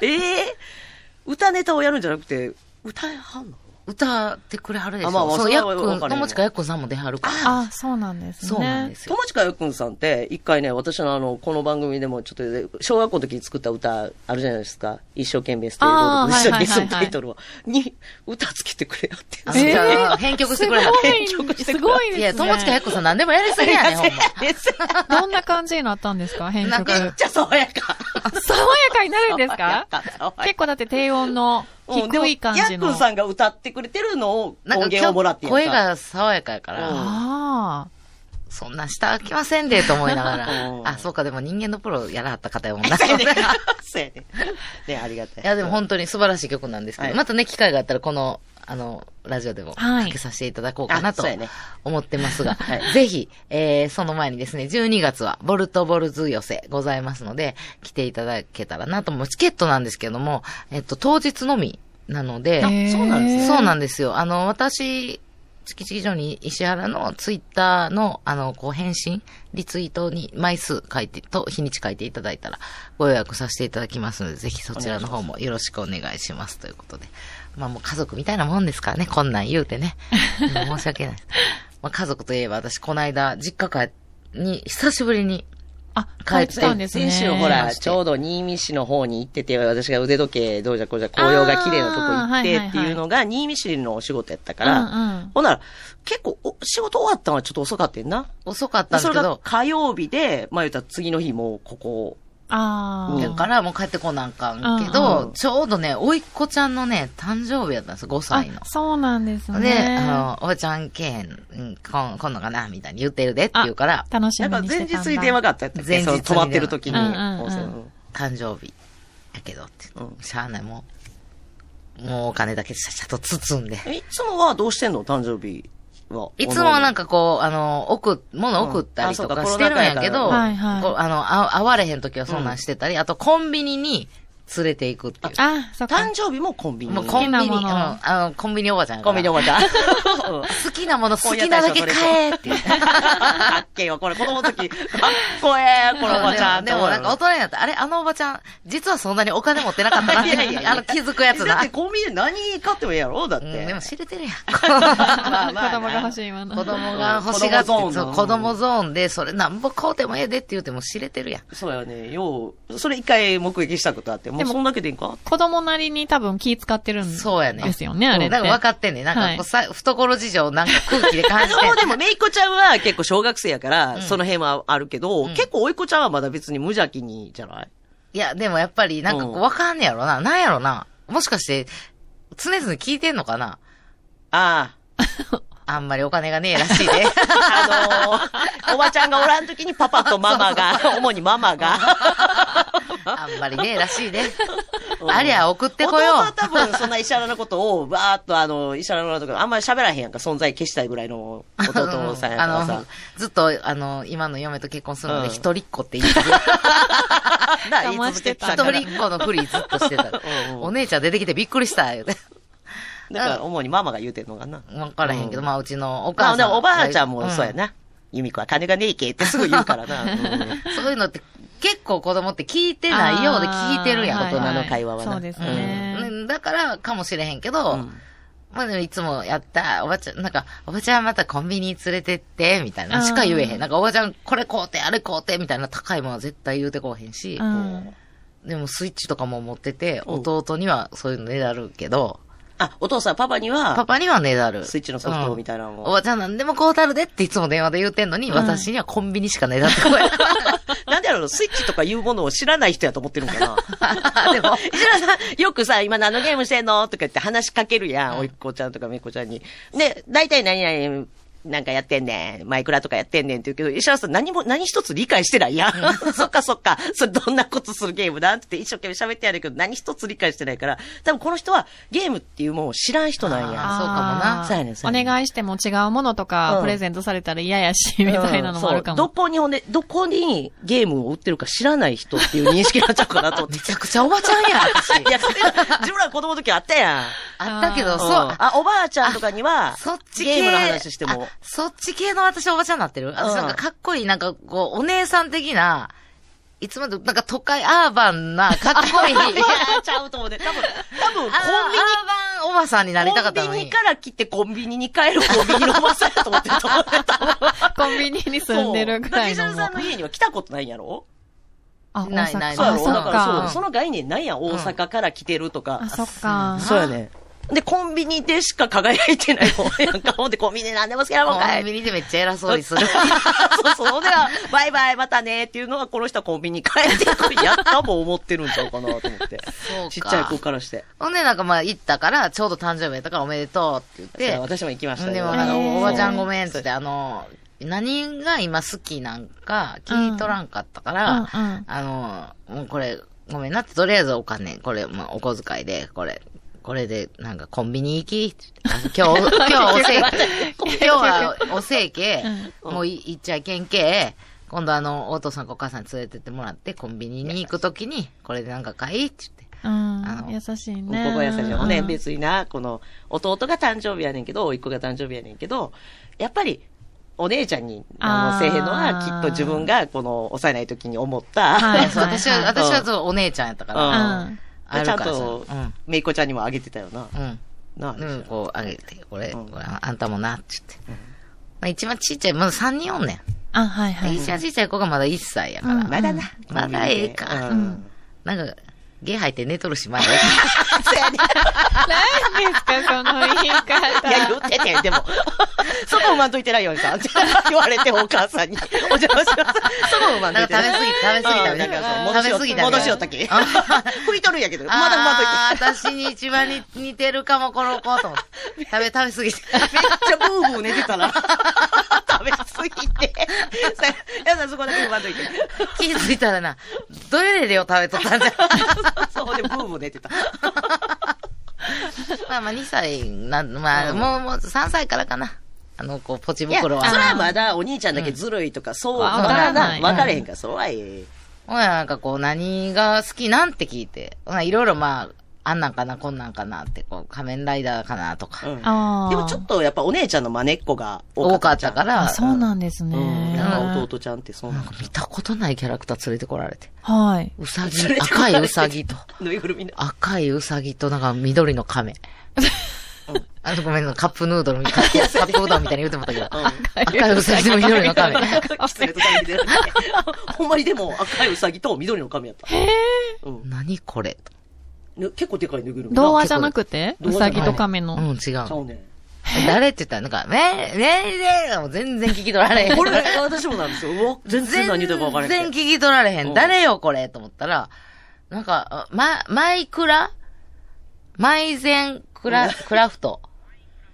[SPEAKER 3] ええ歌ネタをやるんじゃなくて、歌えはんの
[SPEAKER 4] 歌ってくれはるでしょ。
[SPEAKER 3] あまあまあ
[SPEAKER 4] そ、
[SPEAKER 3] そうれ
[SPEAKER 4] やっ
[SPEAKER 3] はわ
[SPEAKER 4] くん、
[SPEAKER 3] かるよ
[SPEAKER 4] 友近やっくんさんも出はるから。
[SPEAKER 5] あ、そうなんですね。
[SPEAKER 4] そうなんですよ。
[SPEAKER 3] 友近よくんさんって、一回ね、私のあの、この番組でもちょっとね、小学校の時に作った歌あるじゃないですか。一生懸命ステイゴー
[SPEAKER 5] あ
[SPEAKER 3] ル
[SPEAKER 5] ー
[SPEAKER 3] ド、一生懸命
[SPEAKER 5] はいはい
[SPEAKER 3] そ
[SPEAKER 5] は
[SPEAKER 3] の
[SPEAKER 5] い
[SPEAKER 3] タイトルを、に、歌つけてくれよって。
[SPEAKER 4] あのじゃあ編曲してくれはって。
[SPEAKER 5] すごい、すごいですね。
[SPEAKER 4] いや、友近やっくんさん何でもやりすぎや ねん、ほんま。
[SPEAKER 5] どんな感じになったんですか編
[SPEAKER 4] なん
[SPEAKER 5] 曲。
[SPEAKER 4] か
[SPEAKER 5] 爽
[SPEAKER 4] め
[SPEAKER 5] や
[SPEAKER 4] っ
[SPEAKER 3] じゃあ、爽やか。
[SPEAKER 5] かになるんですか
[SPEAKER 3] 爽やか
[SPEAKER 5] 結構だって低音の
[SPEAKER 3] うんでも
[SPEAKER 5] 低い感
[SPEAKER 3] や
[SPEAKER 5] じ
[SPEAKER 3] っ
[SPEAKER 5] の。
[SPEAKER 3] くんさんが歌ってくれてるのを、
[SPEAKER 4] な
[SPEAKER 3] 音
[SPEAKER 4] ん
[SPEAKER 3] 源
[SPEAKER 4] か
[SPEAKER 3] をもらってやんか
[SPEAKER 4] 声が爽やかやから。
[SPEAKER 3] うん
[SPEAKER 5] ああ。
[SPEAKER 4] そんな下飽きませんで、と思いなが
[SPEAKER 3] うん
[SPEAKER 4] ら。あ、そうか、でも人間のプロやらはった方やもんな。い
[SPEAKER 3] そうやね。 そうやね。ね、ありがたい。
[SPEAKER 4] や、でも本当に素晴らしい曲なんですけど、
[SPEAKER 3] はい
[SPEAKER 4] またね、機会があったらこの、あの、ラジオでも
[SPEAKER 5] はい
[SPEAKER 4] かけさせていただこうかな
[SPEAKER 3] あ
[SPEAKER 4] と
[SPEAKER 3] そうやね
[SPEAKER 4] 思ってますが、
[SPEAKER 3] はい
[SPEAKER 4] ぜひ、えー、その前にですね、12月はボルトボルズ寄せございますので、来ていただけたらなと思う。チケットなんですけども、えっと、当日のみなので、
[SPEAKER 5] そうなんです
[SPEAKER 4] そうなんんですよ。あの、私、月々以上に石原のツイッターの、あの、こう、返信、リツイートに枚数書いて、と、日にち書いていただいたら、ご予約させていただきますので、ぜひそちらの方もよろしくお願いします。ということで。まあもう家族みたいなもんですからね、こんなん言うてね。もう申し訳ない。まあ家族といえば私、この間、実家帰に、久しぶりに、
[SPEAKER 5] あ、
[SPEAKER 4] 帰って
[SPEAKER 5] 帰ってたんですね。
[SPEAKER 3] 先週、ほ
[SPEAKER 4] え
[SPEAKER 3] ら、
[SPEAKER 4] ー
[SPEAKER 3] ちょうど新見市の方に行ってて、私が腕時計、どうじゃこうじゃ、紅葉が綺麗なとこ行って
[SPEAKER 5] あーはいはいはい
[SPEAKER 3] っていうのが、新見市のお仕事やったか
[SPEAKER 5] うんう
[SPEAKER 3] ら、
[SPEAKER 5] ん。
[SPEAKER 3] ほんなら、結構お、仕事終わったのはちょっと遅かったんな。
[SPEAKER 4] 遅かったんで
[SPEAKER 3] そ
[SPEAKER 4] す
[SPEAKER 3] れ
[SPEAKER 4] け
[SPEAKER 3] が
[SPEAKER 4] ど、
[SPEAKER 3] 火曜日で、まあ言ったら次の日もうここ、
[SPEAKER 5] あ
[SPEAKER 3] うん
[SPEAKER 4] だ
[SPEAKER 5] あ。
[SPEAKER 4] からもう帰ってこなんかんけ
[SPEAKER 3] うんう
[SPEAKER 4] ど
[SPEAKER 3] ん、
[SPEAKER 4] ちょうどね、甥いっ子ちゃんのね、誕生日やったんですよ、5歳の
[SPEAKER 5] あ、。そうなんですね。
[SPEAKER 4] で、あの、おばちゃんけえへん、うん、こん、こんのかな、みたいに言ってるでって言うから、
[SPEAKER 5] 楽し
[SPEAKER 3] な
[SPEAKER 5] み
[SPEAKER 3] ん
[SPEAKER 5] に
[SPEAKER 3] か
[SPEAKER 5] してたんだ。
[SPEAKER 3] 前日に電話があったやったっ
[SPEAKER 4] 前
[SPEAKER 3] け
[SPEAKER 4] 日に
[SPEAKER 3] そ
[SPEAKER 4] 電
[SPEAKER 3] の
[SPEAKER 4] 話
[SPEAKER 3] 止まってる時に。
[SPEAKER 5] うんうんうん
[SPEAKER 3] そうそう
[SPEAKER 4] 誕生日やけどって言って、しゃあない、もう、もうお金だけちゃちゃっと包んで。
[SPEAKER 3] えいつもはどうしてんの誕生日は。
[SPEAKER 4] いつもはなん
[SPEAKER 3] か、
[SPEAKER 4] かこう、あの、送、物送ったりと
[SPEAKER 3] うんあ
[SPEAKER 4] か
[SPEAKER 3] そうか
[SPEAKER 4] してるんやけ
[SPEAKER 3] コ
[SPEAKER 4] ど、
[SPEAKER 3] ロ
[SPEAKER 5] ナ禍やから
[SPEAKER 4] こうあの、あ会われへん時はそんなんしてたり、あとコンビニに連れて行くっていう。
[SPEAKER 5] あ、そっか
[SPEAKER 3] 誕。生日もコンビニ。
[SPEAKER 4] もうコンビ
[SPEAKER 5] 好
[SPEAKER 4] ニ、
[SPEAKER 5] きな
[SPEAKER 4] う
[SPEAKER 5] も
[SPEAKER 4] ん、
[SPEAKER 5] の
[SPEAKER 4] あの、コンビニおばちゃんやか
[SPEAKER 3] コ
[SPEAKER 4] ら
[SPEAKER 3] ンビニおばちゃん。うん
[SPEAKER 4] 好きなもの 好きなだけ買えって言っ て。
[SPEAKER 3] かっけえよ、これ子供の時。かっこええ、このおばちゃん。
[SPEAKER 4] でもでもなんか大人になって、あれあのおばちゃん、実はそんなにお金持ってなかったな
[SPEAKER 3] いやいやいや
[SPEAKER 4] あの気づくやつ
[SPEAKER 3] だっ
[SPEAKER 4] な
[SPEAKER 3] て。コンビニで何買ってもいいやろだって。
[SPEAKER 4] うんでも知れてるやん。
[SPEAKER 3] まあまあ
[SPEAKER 5] 子供が欲しいもの。
[SPEAKER 4] 子供が欲しがって、
[SPEAKER 3] 子供ゾーンの
[SPEAKER 4] そう子供ゾーンで、それなんぼ買うてもええでって言うても知れてるやん。
[SPEAKER 3] そうやね。よう、それ一回目撃したことあって、もう
[SPEAKER 5] でも
[SPEAKER 3] そんだけでいいんか
[SPEAKER 5] 子供なりに多分気使ってるん
[SPEAKER 4] そうやね
[SPEAKER 5] ですよね、あれって。
[SPEAKER 4] なんか分かってんねん。なんかこう、
[SPEAKER 5] はい
[SPEAKER 4] さ、懐事情なんか空気で感じてん
[SPEAKER 3] そう 、でも、めいっ子ちゃんは結構小学生やから、その辺はあるけど、
[SPEAKER 4] ん
[SPEAKER 3] 結構おいっ子ちゃんはまだ別に無邪気に、じゃない
[SPEAKER 4] いや、でもやっぱりなんかこう
[SPEAKER 3] うん
[SPEAKER 4] 分かんねやろな。なんやろな。もしかして、常々聞いてんのかな
[SPEAKER 3] あ
[SPEAKER 4] あんまりお金がねえらしいで。
[SPEAKER 3] あ。あのー、おばちゃんがおらん時にパパとママが、主にママ が。
[SPEAKER 4] あんまりねえらしい
[SPEAKER 3] う
[SPEAKER 4] で。
[SPEAKER 3] ん
[SPEAKER 4] ありゃ送ってこよ
[SPEAKER 3] 弟
[SPEAKER 4] う。
[SPEAKER 3] は多分そんな石原のことを、ばーっとあの、石原のことかあんまり喋らへんやんか、存在消したいぐらいの弟 さんやか
[SPEAKER 4] あ
[SPEAKER 3] ら
[SPEAKER 4] の、
[SPEAKER 3] さ。
[SPEAKER 4] ずっと、あの、今の嫁と結婚するの
[SPEAKER 3] う
[SPEAKER 4] で、
[SPEAKER 3] ん
[SPEAKER 4] 一人っ子って言 って、
[SPEAKER 3] な言
[SPEAKER 5] 騙
[SPEAKER 3] い続けてた
[SPEAKER 4] 一
[SPEAKER 3] から。
[SPEAKER 4] 人っ子のふりずっとして
[SPEAKER 3] う
[SPEAKER 4] た
[SPEAKER 3] んうん。
[SPEAKER 4] お姉ちゃん出てきてびっくりした、言うて。
[SPEAKER 3] だから主にママが言うてんのかな。
[SPEAKER 4] わからへんけど、
[SPEAKER 3] う
[SPEAKER 4] まあ、うちのお
[SPEAKER 3] まあ
[SPEAKER 4] 母
[SPEAKER 3] で
[SPEAKER 4] さん。
[SPEAKER 3] もおばあちゃんもそうや
[SPEAKER 4] ね。
[SPEAKER 3] な。由美子は金がねえけってすぐ言うからな。 うん
[SPEAKER 4] そういうのって結構子供って聞いてないようで聞いてるやん。
[SPEAKER 5] あー
[SPEAKER 3] 大人の会話はな
[SPEAKER 5] そうですね。
[SPEAKER 4] うんだからかもしれへんけど、まあでもいつもやった、おばちゃん、なんか、おばちゃんまたコンビニ連れてって、みたいなしか言えへ
[SPEAKER 5] うん
[SPEAKER 4] ん。なんかおばちゃんこれ買うて、あれ買うて、みたいな高いものは絶対言うてこうへんし、
[SPEAKER 5] うん
[SPEAKER 4] でもスイッチとかも持ってて、
[SPEAKER 3] うん
[SPEAKER 4] 弟にはそういうのねだるけど、
[SPEAKER 3] あ、お父さん、パパに
[SPEAKER 4] パ
[SPEAKER 3] は、
[SPEAKER 4] パにはねだる。
[SPEAKER 3] スイッチのソフトみたいなの
[SPEAKER 4] うん
[SPEAKER 3] も
[SPEAKER 4] おばちゃんなんでもこうたるでっていつも電話で言うてんのに、私にはコンビニしかねだって こない。
[SPEAKER 3] なんでやろう、スイッチとかいうものを知らない人やと思ってるんか な。
[SPEAKER 4] で も、
[SPEAKER 3] 石原さん、よくさ、今何のゲームしてんのとか言って話しかけるやん。おいっ子ちゃんとかめいっ子ちゃんに。で、大体何々、なんかやってんねん。マイクラとかやってんねんって言うけど、石原さん何も、何一つ理解してないやん。 そっかそっか。それどんなことするゲームだって一生懸命喋ってやるけど、何一つ理解してないから、多分この人はゲームっていうもんを知らん人なんや。
[SPEAKER 4] あそうかもな
[SPEAKER 5] あー
[SPEAKER 3] そうやねんそうやねん
[SPEAKER 5] お願いしても違うものと
[SPEAKER 3] う
[SPEAKER 5] か
[SPEAKER 3] ん、
[SPEAKER 5] プレゼントされたら嫌やし、みたいなのもあるか
[SPEAKER 3] そう
[SPEAKER 5] も
[SPEAKER 3] ど。こにほんで、どこにゲームを売ってるか知らない人っていう認識になっちゃうかなと思って
[SPEAKER 4] め。ちゃくちゃおばちゃんや、私。
[SPEAKER 3] いや、それ自分ら子供の時あったやん。
[SPEAKER 4] あったけど、そう、
[SPEAKER 3] あ
[SPEAKER 4] あ
[SPEAKER 3] おばあちゃんとかには、
[SPEAKER 4] そっち系。
[SPEAKER 3] ゲームの話しても
[SPEAKER 4] あ。そっち系の私おばちゃんになってる私なんかかっこいい、なんかこう、お姉さん的な、いつまでも、なんか都会アーバン な、かっこいい。アーバン
[SPEAKER 3] いや、ちゃうと思うね。多分、多分、コ
[SPEAKER 4] おばさんになりたかっ
[SPEAKER 3] ンビ
[SPEAKER 4] た
[SPEAKER 3] ニ、
[SPEAKER 4] の
[SPEAKER 3] コンビニ
[SPEAKER 4] に。
[SPEAKER 3] から来てコンビニに帰るコンビニのおばさんやと思ってると思うね多分
[SPEAKER 5] コンビニに
[SPEAKER 3] そう
[SPEAKER 5] 住んでるぐらいの
[SPEAKER 3] だって石原
[SPEAKER 5] も
[SPEAKER 3] さん。の家には来たことないんやろ
[SPEAKER 5] あ、
[SPEAKER 4] ないない
[SPEAKER 3] そうや
[SPEAKER 5] 大
[SPEAKER 3] ろ
[SPEAKER 5] 阪あ、そ
[SPEAKER 3] だ
[SPEAKER 5] っ
[SPEAKER 3] から
[SPEAKER 5] か
[SPEAKER 3] そう、。その概念ないやん。大阪から来てるとか
[SPEAKER 5] あ、。そっか。
[SPEAKER 3] そうやね。で、コンビニでしか輝いてないもんやんか。ほんで、コンビニで何でも好きなもんか
[SPEAKER 4] コ
[SPEAKER 3] い
[SPEAKER 4] ン。ビニでめっちゃ偉 そうにす る。
[SPEAKER 3] そうそう。ほんでは、バイバイ、またねっていうのは、この人はコンビニ帰ってくるやったも思ってるんちゃうかなと思って。
[SPEAKER 4] そうか
[SPEAKER 3] ちっちゃい子からして。
[SPEAKER 4] ほんで、なんかまあ、行ったから、ちょうど誕生日やったからおめでとうって
[SPEAKER 3] で、
[SPEAKER 4] 言って、
[SPEAKER 3] 私も行きまし
[SPEAKER 4] ほ
[SPEAKER 3] た
[SPEAKER 4] んで
[SPEAKER 3] よ
[SPEAKER 4] も、
[SPEAKER 5] ね
[SPEAKER 4] あ
[SPEAKER 5] へー
[SPEAKER 4] の、おばちゃんごめんって言って、あの、何が今好きなんか聞いとらんかったから、
[SPEAKER 5] うんうん
[SPEAKER 4] あの、もうこれ、ごめんなって、とりあえずお金、これ、まあ、お小遣いで、これ、これで、なんかコンビニ行きって今日、今日おせ今日はおせいけ、もうい行っちゃいけんけ、今度あの、お父さんかお母さんに連れてってもらって、コンビニに行くときに、これでなんか買いって言って。
[SPEAKER 5] うん
[SPEAKER 4] の。
[SPEAKER 5] 優しい
[SPEAKER 3] こ
[SPEAKER 5] ね。
[SPEAKER 3] こ優しいよね。
[SPEAKER 5] うん
[SPEAKER 3] 別にな、この、弟が誕生日やねんけど、甥っ子が誕生日やねんけど、やっぱり、お姉ちゃんに、あの、
[SPEAKER 5] あー
[SPEAKER 3] せえへんのは、きっと自分が、この、幼い時に思った、
[SPEAKER 5] はい
[SPEAKER 4] そう私は、
[SPEAKER 5] はい
[SPEAKER 3] はい
[SPEAKER 4] 私はそうお姉ちゃんやったか
[SPEAKER 3] う
[SPEAKER 4] ら。
[SPEAKER 5] うん
[SPEAKER 4] ある
[SPEAKER 3] ちゃ
[SPEAKER 4] か
[SPEAKER 3] ん
[SPEAKER 4] らさ
[SPEAKER 3] と
[SPEAKER 4] うん、
[SPEAKER 3] めいこちゃんにもあげてたよな。
[SPEAKER 4] うん。
[SPEAKER 3] なあ、
[SPEAKER 4] うん、こう、あげて、これ、
[SPEAKER 3] うん
[SPEAKER 4] これあんたもな、って言って。まあ、一番ちっちゃい、まだ3人おんね
[SPEAKER 5] あ、はいは
[SPEAKER 4] ん。
[SPEAKER 5] い。
[SPEAKER 4] 一番ちっちゃい子がまだ1歳やから。
[SPEAKER 5] うん
[SPEAKER 3] まだな。
[SPEAKER 4] まだええか
[SPEAKER 3] うん
[SPEAKER 4] なんか、ゲ吐いて寝とるし、前。
[SPEAKER 5] 何ですか、その
[SPEAKER 3] い
[SPEAKER 5] 言い方。
[SPEAKER 3] や、言ってて、でも。 そこうまんといてないよ、さん。 って言われて、お母さんに。お邪魔しなさい。そこうまんと
[SPEAKER 4] ないん
[SPEAKER 3] て
[SPEAKER 4] か食べ
[SPEAKER 3] ない。
[SPEAKER 4] 過ぎ、食べ過ぎたみたい
[SPEAKER 3] うん
[SPEAKER 4] な。食べ過ぎたみたいな。
[SPEAKER 3] 戻しよったけ。 拭いとるんやけど、まだうまんといて。
[SPEAKER 4] あー私に一番に似てるかも、この子、と思って。食べ、食べ過ぎ
[SPEAKER 3] め
[SPEAKER 4] て。
[SPEAKER 3] っちゃブーブー寝てた ら、食べ過ぎて。さや さんそこだけ奪っといて。
[SPEAKER 4] 気づいたらな、どれでを食べとったんじゃ。
[SPEAKER 3] そこでブーブー寝てた。
[SPEAKER 4] まあまあ、2歳な、まあ、
[SPEAKER 3] うん
[SPEAKER 4] もう、もう3歳からかな。あの、こう、ポチ
[SPEAKER 3] いや、そ
[SPEAKER 4] 袋
[SPEAKER 3] れ
[SPEAKER 4] は。
[SPEAKER 3] はまだお兄ちゃんだけずるいとか、そう
[SPEAKER 5] わ
[SPEAKER 3] わ
[SPEAKER 5] から
[SPEAKER 3] か
[SPEAKER 5] な
[SPEAKER 3] ないい。わかれへんから、そうはいえ。
[SPEAKER 4] ほら、なんかこう、何が好きなんて聞いて、ほら、いろいろまあ、あんなんかな、こんなんかなって、こう、仮面ライダーかなとか、
[SPEAKER 3] うん
[SPEAKER 5] あー
[SPEAKER 3] でもちょっとやっぱお姉ちゃんの真似っ子が
[SPEAKER 4] 多かった
[SPEAKER 3] ら。
[SPEAKER 4] から、
[SPEAKER 5] あそうなんですね。
[SPEAKER 3] うん。だから
[SPEAKER 5] は
[SPEAKER 3] 弟ちゃんってそうなの。
[SPEAKER 4] 見たことないキャラクター連れてこられて、
[SPEAKER 5] い。
[SPEAKER 4] うさぎ
[SPEAKER 3] 連れ、てこられ
[SPEAKER 4] 赤い
[SPEAKER 3] て
[SPEAKER 4] うさぎと、
[SPEAKER 3] ぬいぐるみの。
[SPEAKER 4] 赤いうさぎと、なんか緑の亀。あごめんな、カップヌードルみたいな、カップうどんみたいに言うてもったけど、赤いうさぎと緑の 亀。
[SPEAKER 3] 狐とか見てる ほんまにでも赤いウサギと緑の髪やった。うん
[SPEAKER 4] 何これ
[SPEAKER 3] ぬ結構でかいぬいぐるみ。
[SPEAKER 5] 童話じゃなくて
[SPEAKER 3] 童
[SPEAKER 5] う
[SPEAKER 3] 話
[SPEAKER 5] さぎと亀
[SPEAKER 4] う
[SPEAKER 5] の。
[SPEAKER 4] ん、違
[SPEAKER 3] ちゃ
[SPEAKER 4] う。
[SPEAKER 3] うね。
[SPEAKER 4] 誰って言ったら、なんか、め、め、め、もう全然聞き取られへん。
[SPEAKER 3] これ、私もなんですよ。うわ全然何言うてるか分からへんけど。
[SPEAKER 4] 全然聞き取られへ
[SPEAKER 3] うん
[SPEAKER 4] ん。誰よ、これと思ったら、なんか、ま、マイクラマイゼンクラ、クラフト。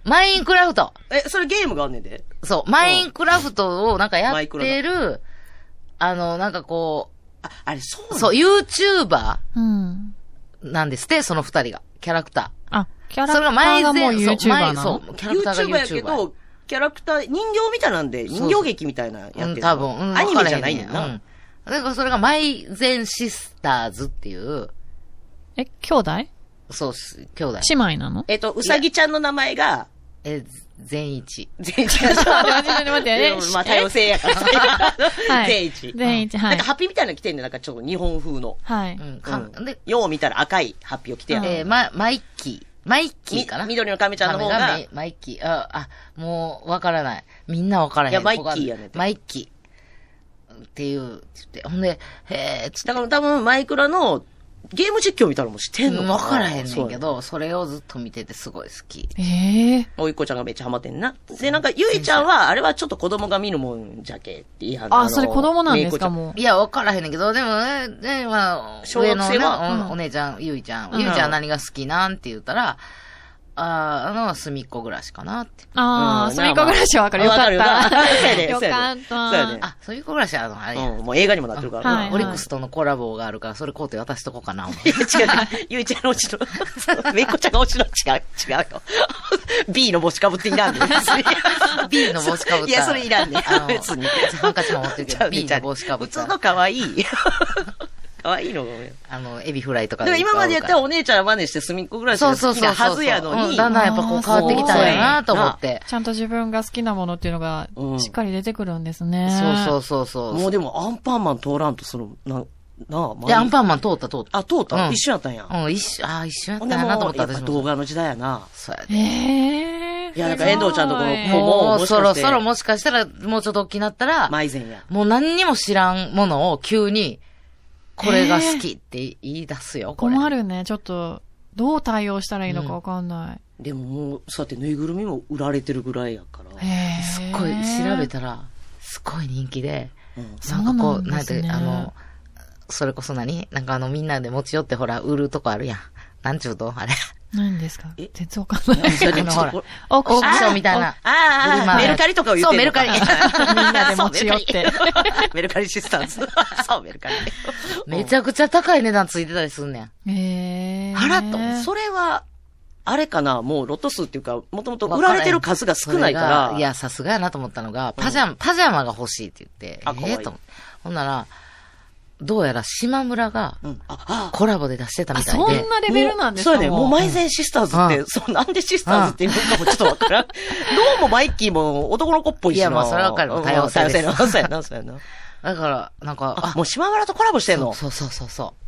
[SPEAKER 4] マインクラフト
[SPEAKER 3] え、それゲームがあんねんで。
[SPEAKER 4] そう、マインクラフトをなんかや
[SPEAKER 3] マ
[SPEAKER 4] っ
[SPEAKER 3] イクラ
[SPEAKER 4] てる、あの、なんかこ
[SPEAKER 3] あ、あれ、そう
[SPEAKER 4] う、
[SPEAKER 3] なん
[SPEAKER 4] そう、YouTuber
[SPEAKER 5] うん。
[SPEAKER 4] なんですって、その二人が。キャラクタ
[SPEAKER 5] あ、キャ
[SPEAKER 4] ー。
[SPEAKER 5] ラ
[SPEAKER 4] そ
[SPEAKER 5] ク
[SPEAKER 4] れが
[SPEAKER 5] タ
[SPEAKER 4] マイ
[SPEAKER 5] ーがもう
[SPEAKER 4] ゼン、そう、マ
[SPEAKER 5] YouTuber
[SPEAKER 4] イ
[SPEAKER 5] な
[SPEAKER 4] そ
[SPEAKER 5] の
[SPEAKER 4] う、キャラクター
[SPEAKER 3] YouTuber
[SPEAKER 4] が
[SPEAKER 3] やけ
[SPEAKER 4] YouTuber。
[SPEAKER 3] ど、キャラクター、人形みたいなんで、人形劇みたいなやって
[SPEAKER 4] う
[SPEAKER 3] る
[SPEAKER 4] ん、多分。うん
[SPEAKER 3] アニメじゃ
[SPEAKER 4] わか
[SPEAKER 3] な
[SPEAKER 4] らへ
[SPEAKER 3] い
[SPEAKER 4] ん
[SPEAKER 3] ね
[SPEAKER 4] ね
[SPEAKER 3] ん
[SPEAKER 4] ん
[SPEAKER 3] な。
[SPEAKER 4] うん。だからそれがマイゼンシスターズっていう、
[SPEAKER 5] え、兄弟
[SPEAKER 4] そうっす、兄弟。
[SPEAKER 5] 姉妹なの
[SPEAKER 3] えっと、うさぎちゃんの名前が、
[SPEAKER 4] え、全一。
[SPEAKER 3] 全一が
[SPEAKER 5] ょっと待って待って待ってえ
[SPEAKER 3] まあ多様性やから。
[SPEAKER 5] はい
[SPEAKER 3] 全一。
[SPEAKER 5] 全一、
[SPEAKER 3] な
[SPEAKER 5] は
[SPEAKER 3] ん
[SPEAKER 5] い
[SPEAKER 3] か。ハッピーみたいなの着てんねなんかちょっと日本風の。
[SPEAKER 5] はい。
[SPEAKER 4] うん。か
[SPEAKER 3] うん
[SPEAKER 4] で、
[SPEAKER 3] よう見たら赤いハッピーを着てやる。
[SPEAKER 4] えー、ま、マイッキー。マイッキー
[SPEAKER 3] み
[SPEAKER 4] かな
[SPEAKER 3] 緑の亀ちゃんの方
[SPEAKER 4] カメ
[SPEAKER 3] が
[SPEAKER 4] ラ、メマイッキー。あ、あ、もう、わからない。みんなわからへん。
[SPEAKER 3] いやマイッキーやねん
[SPEAKER 4] ここがマイッキー。っていう、つって。ほんで、へえ、つって
[SPEAKER 3] だから多分マイクラのゲーム実況みたいなのもしてんの
[SPEAKER 4] うん
[SPEAKER 3] な
[SPEAKER 4] わからへんねんけ
[SPEAKER 3] そう。
[SPEAKER 4] ど、それをずっと見ててすごい好き。
[SPEAKER 5] ええ。
[SPEAKER 3] おいっ子ちゃんがめっちゃハマってんな。で、なんか、ゆいちゃんは、あれはちょっと子供が見るもんじゃけって言いはん
[SPEAKER 5] あ、それ子供なんですか、
[SPEAKER 3] う。
[SPEAKER 5] も
[SPEAKER 4] いや、わからへんねんけど、でも、ね、ねまあ、
[SPEAKER 3] 小学生は
[SPEAKER 4] 上のな
[SPEAKER 5] うん
[SPEAKER 4] おお姉ちゃん、ゆいちゃん、
[SPEAKER 3] うん
[SPEAKER 4] ゆいちゃん何が好きなんって言ったら、ああ、あの、隅っこ暮らしかなって。
[SPEAKER 5] う。あ
[SPEAKER 3] う
[SPEAKER 5] あ、
[SPEAKER 3] ん
[SPEAKER 5] それ以降ぐらいしはわかる。よかっ
[SPEAKER 3] わかるよなそうや
[SPEAKER 5] た。
[SPEAKER 3] で
[SPEAKER 5] よ
[SPEAKER 3] そうやで
[SPEAKER 5] かっ
[SPEAKER 3] そうやで
[SPEAKER 5] た。
[SPEAKER 4] あ、隅っこ暮らしはあの、あれや、
[SPEAKER 3] うん、もう映画にもなってるから。
[SPEAKER 5] はいはい
[SPEAKER 4] オリックスとのコラボがあるから、それコート渡しとこうかな、思って
[SPEAKER 3] いや違う。ゆいちゃんのう ちの、めいこちゃんがうちの、違う、違うよ。B の帽子かぶっていらん ねん。
[SPEAKER 4] B の帽子かぶっ
[SPEAKER 3] い
[SPEAKER 4] た。
[SPEAKER 3] や、それいらんねん
[SPEAKER 4] あ の、
[SPEAKER 3] 別に。
[SPEAKER 4] ハンカチも持ってるけ
[SPEAKER 3] ちゃ
[SPEAKER 4] ど、
[SPEAKER 3] うね
[SPEAKER 4] B の帽子かぶっ
[SPEAKER 3] 普通の
[SPEAKER 4] た。
[SPEAKER 3] 可愛い。 可愛いのが多い
[SPEAKER 4] あの、エビフライとか
[SPEAKER 3] だから今までやったら
[SPEAKER 4] ら、
[SPEAKER 3] お姉ちゃんが真似して隅っこぐらいし
[SPEAKER 4] そ
[SPEAKER 3] か
[SPEAKER 4] うそ
[SPEAKER 3] 好
[SPEAKER 4] う
[SPEAKER 3] き
[SPEAKER 4] そう。
[SPEAKER 3] なはずやの
[SPEAKER 4] うん
[SPEAKER 3] に。
[SPEAKER 4] だんだんやっぱこう変わってきたんやなと思って。
[SPEAKER 5] ちゃんと自分が好きなものっていうのが
[SPEAKER 3] う、ん
[SPEAKER 5] しっかり出てくるんですね。。
[SPEAKER 4] そうそううそうそう。
[SPEAKER 3] もうでもアンパンマン通らんとする、な、なあ、
[SPEAKER 4] で、アンパンマン通った通っ
[SPEAKER 3] あ、通った
[SPEAKER 4] うん
[SPEAKER 3] 一緒やったんや。
[SPEAKER 4] た。うん、一緒、ああ、一緒やっ
[SPEAKER 3] ほ
[SPEAKER 4] た
[SPEAKER 3] んでも
[SPEAKER 4] なと思っ
[SPEAKER 3] う、
[SPEAKER 4] た
[SPEAKER 3] やっぱ
[SPEAKER 4] 私
[SPEAKER 3] 動
[SPEAKER 4] も。
[SPEAKER 3] 画の時代やな。
[SPEAKER 4] そうやで。
[SPEAKER 5] ええ。
[SPEAKER 3] いやだから遠藤ちゃんとこの
[SPEAKER 5] すごい
[SPEAKER 3] もうも
[SPEAKER 4] も
[SPEAKER 3] も
[SPEAKER 4] う
[SPEAKER 3] しかし
[SPEAKER 4] そ
[SPEAKER 3] て
[SPEAKER 4] ろそろもしかしたら、もうちょっと大きなったら、
[SPEAKER 3] マイゼンや。
[SPEAKER 4] もう何にも知らんものを急に、これが好きって言い出すよ、これ。
[SPEAKER 5] 困るね。ちょっと、どう対応したらいいのかわかんない。
[SPEAKER 3] でももう、そうやってぬいぐるみも売られてるぐらいやから。
[SPEAKER 5] ええ。
[SPEAKER 4] すっごい、調べたら、すごい人気で。
[SPEAKER 3] うん
[SPEAKER 5] そう
[SPEAKER 4] なんかこう、な
[SPEAKER 5] な
[SPEAKER 4] んん
[SPEAKER 5] ですね
[SPEAKER 4] て、あの、それこそ何なんかあの、みんなで持ち寄ってほら、売るとこあるやん。なんちゅうとあれ。
[SPEAKER 5] 何ですか
[SPEAKER 3] え
[SPEAKER 5] 全然わかんない。
[SPEAKER 3] それ
[SPEAKER 4] あの、ほら
[SPEAKER 3] ちょっとこれ、
[SPEAKER 5] オ
[SPEAKER 4] オークションみたいな。
[SPEAKER 3] ああああ、
[SPEAKER 4] フリマ
[SPEAKER 3] メルカリとかを言って
[SPEAKER 4] そう、メルカリ。
[SPEAKER 5] みんなで持ち寄って。
[SPEAKER 3] メルカリシスタ ンス。そう、メルカリ。
[SPEAKER 4] めちゃくちゃ高い値段ついてたりすんねん。
[SPEAKER 5] ええ。
[SPEAKER 3] あらと思って、それは、あれかな、もうロット数っていうか、もともと売られてる数が少ないか
[SPEAKER 4] それ
[SPEAKER 3] ら。
[SPEAKER 4] がいや、さすがやなと思ったのが、パジャマ、パジャマが欲しいって言って
[SPEAKER 3] あ、可愛
[SPEAKER 4] え
[SPEAKER 3] い
[SPEAKER 4] えと思って。ほんなら、どうやら島村が
[SPEAKER 3] うん。あ、あ、
[SPEAKER 4] コラボで出してたみ
[SPEAKER 5] あ、
[SPEAKER 4] たい
[SPEAKER 5] そ
[SPEAKER 4] で
[SPEAKER 5] ん。なレベルなんです
[SPEAKER 3] もうそ
[SPEAKER 5] か
[SPEAKER 3] うやね。もう、マイゼンシスターズって、
[SPEAKER 4] う
[SPEAKER 3] そう、なんでシスターズって言うのかもちょっとわからん。どうもマイキーも男の子っぽいしな。
[SPEAKER 4] いやまあそれはわかる
[SPEAKER 3] うん
[SPEAKER 4] 多様性です
[SPEAKER 3] 多様性な。そうやな、そうやな。
[SPEAKER 4] だから、なんか、
[SPEAKER 3] あ、もう島村とコラボしてんの
[SPEAKER 4] そうそうそうそう。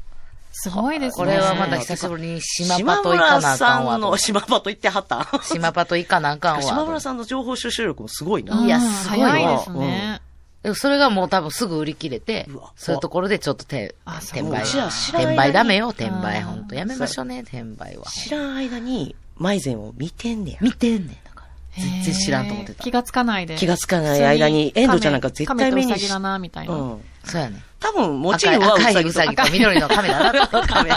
[SPEAKER 5] すごいですね。
[SPEAKER 4] これはまた
[SPEAKER 3] 一
[SPEAKER 4] 久しぶりに島
[SPEAKER 3] 島
[SPEAKER 4] パと行か
[SPEAKER 3] 村
[SPEAKER 4] なあか
[SPEAKER 3] さ
[SPEAKER 4] んわ
[SPEAKER 3] ん
[SPEAKER 4] と思っ
[SPEAKER 3] の、
[SPEAKER 4] て。
[SPEAKER 3] 島パと言ってはった。
[SPEAKER 4] 島パと行かなあかんわと思って。
[SPEAKER 3] 島村さんの情報収集力もすごいな。
[SPEAKER 5] うん
[SPEAKER 4] いやすごいわ
[SPEAKER 5] 早いですね。
[SPEAKER 4] でもそれがもう多分すぐ売り切れて
[SPEAKER 3] うわ、
[SPEAKER 4] そういうところでちょっと手
[SPEAKER 5] あそ
[SPEAKER 4] 転
[SPEAKER 5] う
[SPEAKER 4] 売。
[SPEAKER 3] うちら知らん間に
[SPEAKER 4] 転売ダメよ、転売。
[SPEAKER 5] うん
[SPEAKER 4] ほんと。やめましょうね、転売は。
[SPEAKER 3] 知らん間に、マイゼンを見てんねや。
[SPEAKER 4] 見てんねん、だから。全然知らんと思って
[SPEAKER 5] へー
[SPEAKER 4] た
[SPEAKER 5] 気。がつかないで。
[SPEAKER 3] 気がつかない間に、遠藤ちゃんなんか絶対目
[SPEAKER 5] 目に。
[SPEAKER 3] に
[SPEAKER 5] 亀とウサギ
[SPEAKER 3] し
[SPEAKER 5] だ、な、みたいうな。
[SPEAKER 3] ん。
[SPEAKER 4] そうやねん。
[SPEAKER 3] 多分、モチーフはウ
[SPEAKER 4] 赤い
[SPEAKER 3] サ
[SPEAKER 4] 赤い
[SPEAKER 3] ギ
[SPEAKER 4] ウ
[SPEAKER 3] と
[SPEAKER 4] サギと緑のカメだ な。
[SPEAKER 3] カ メ。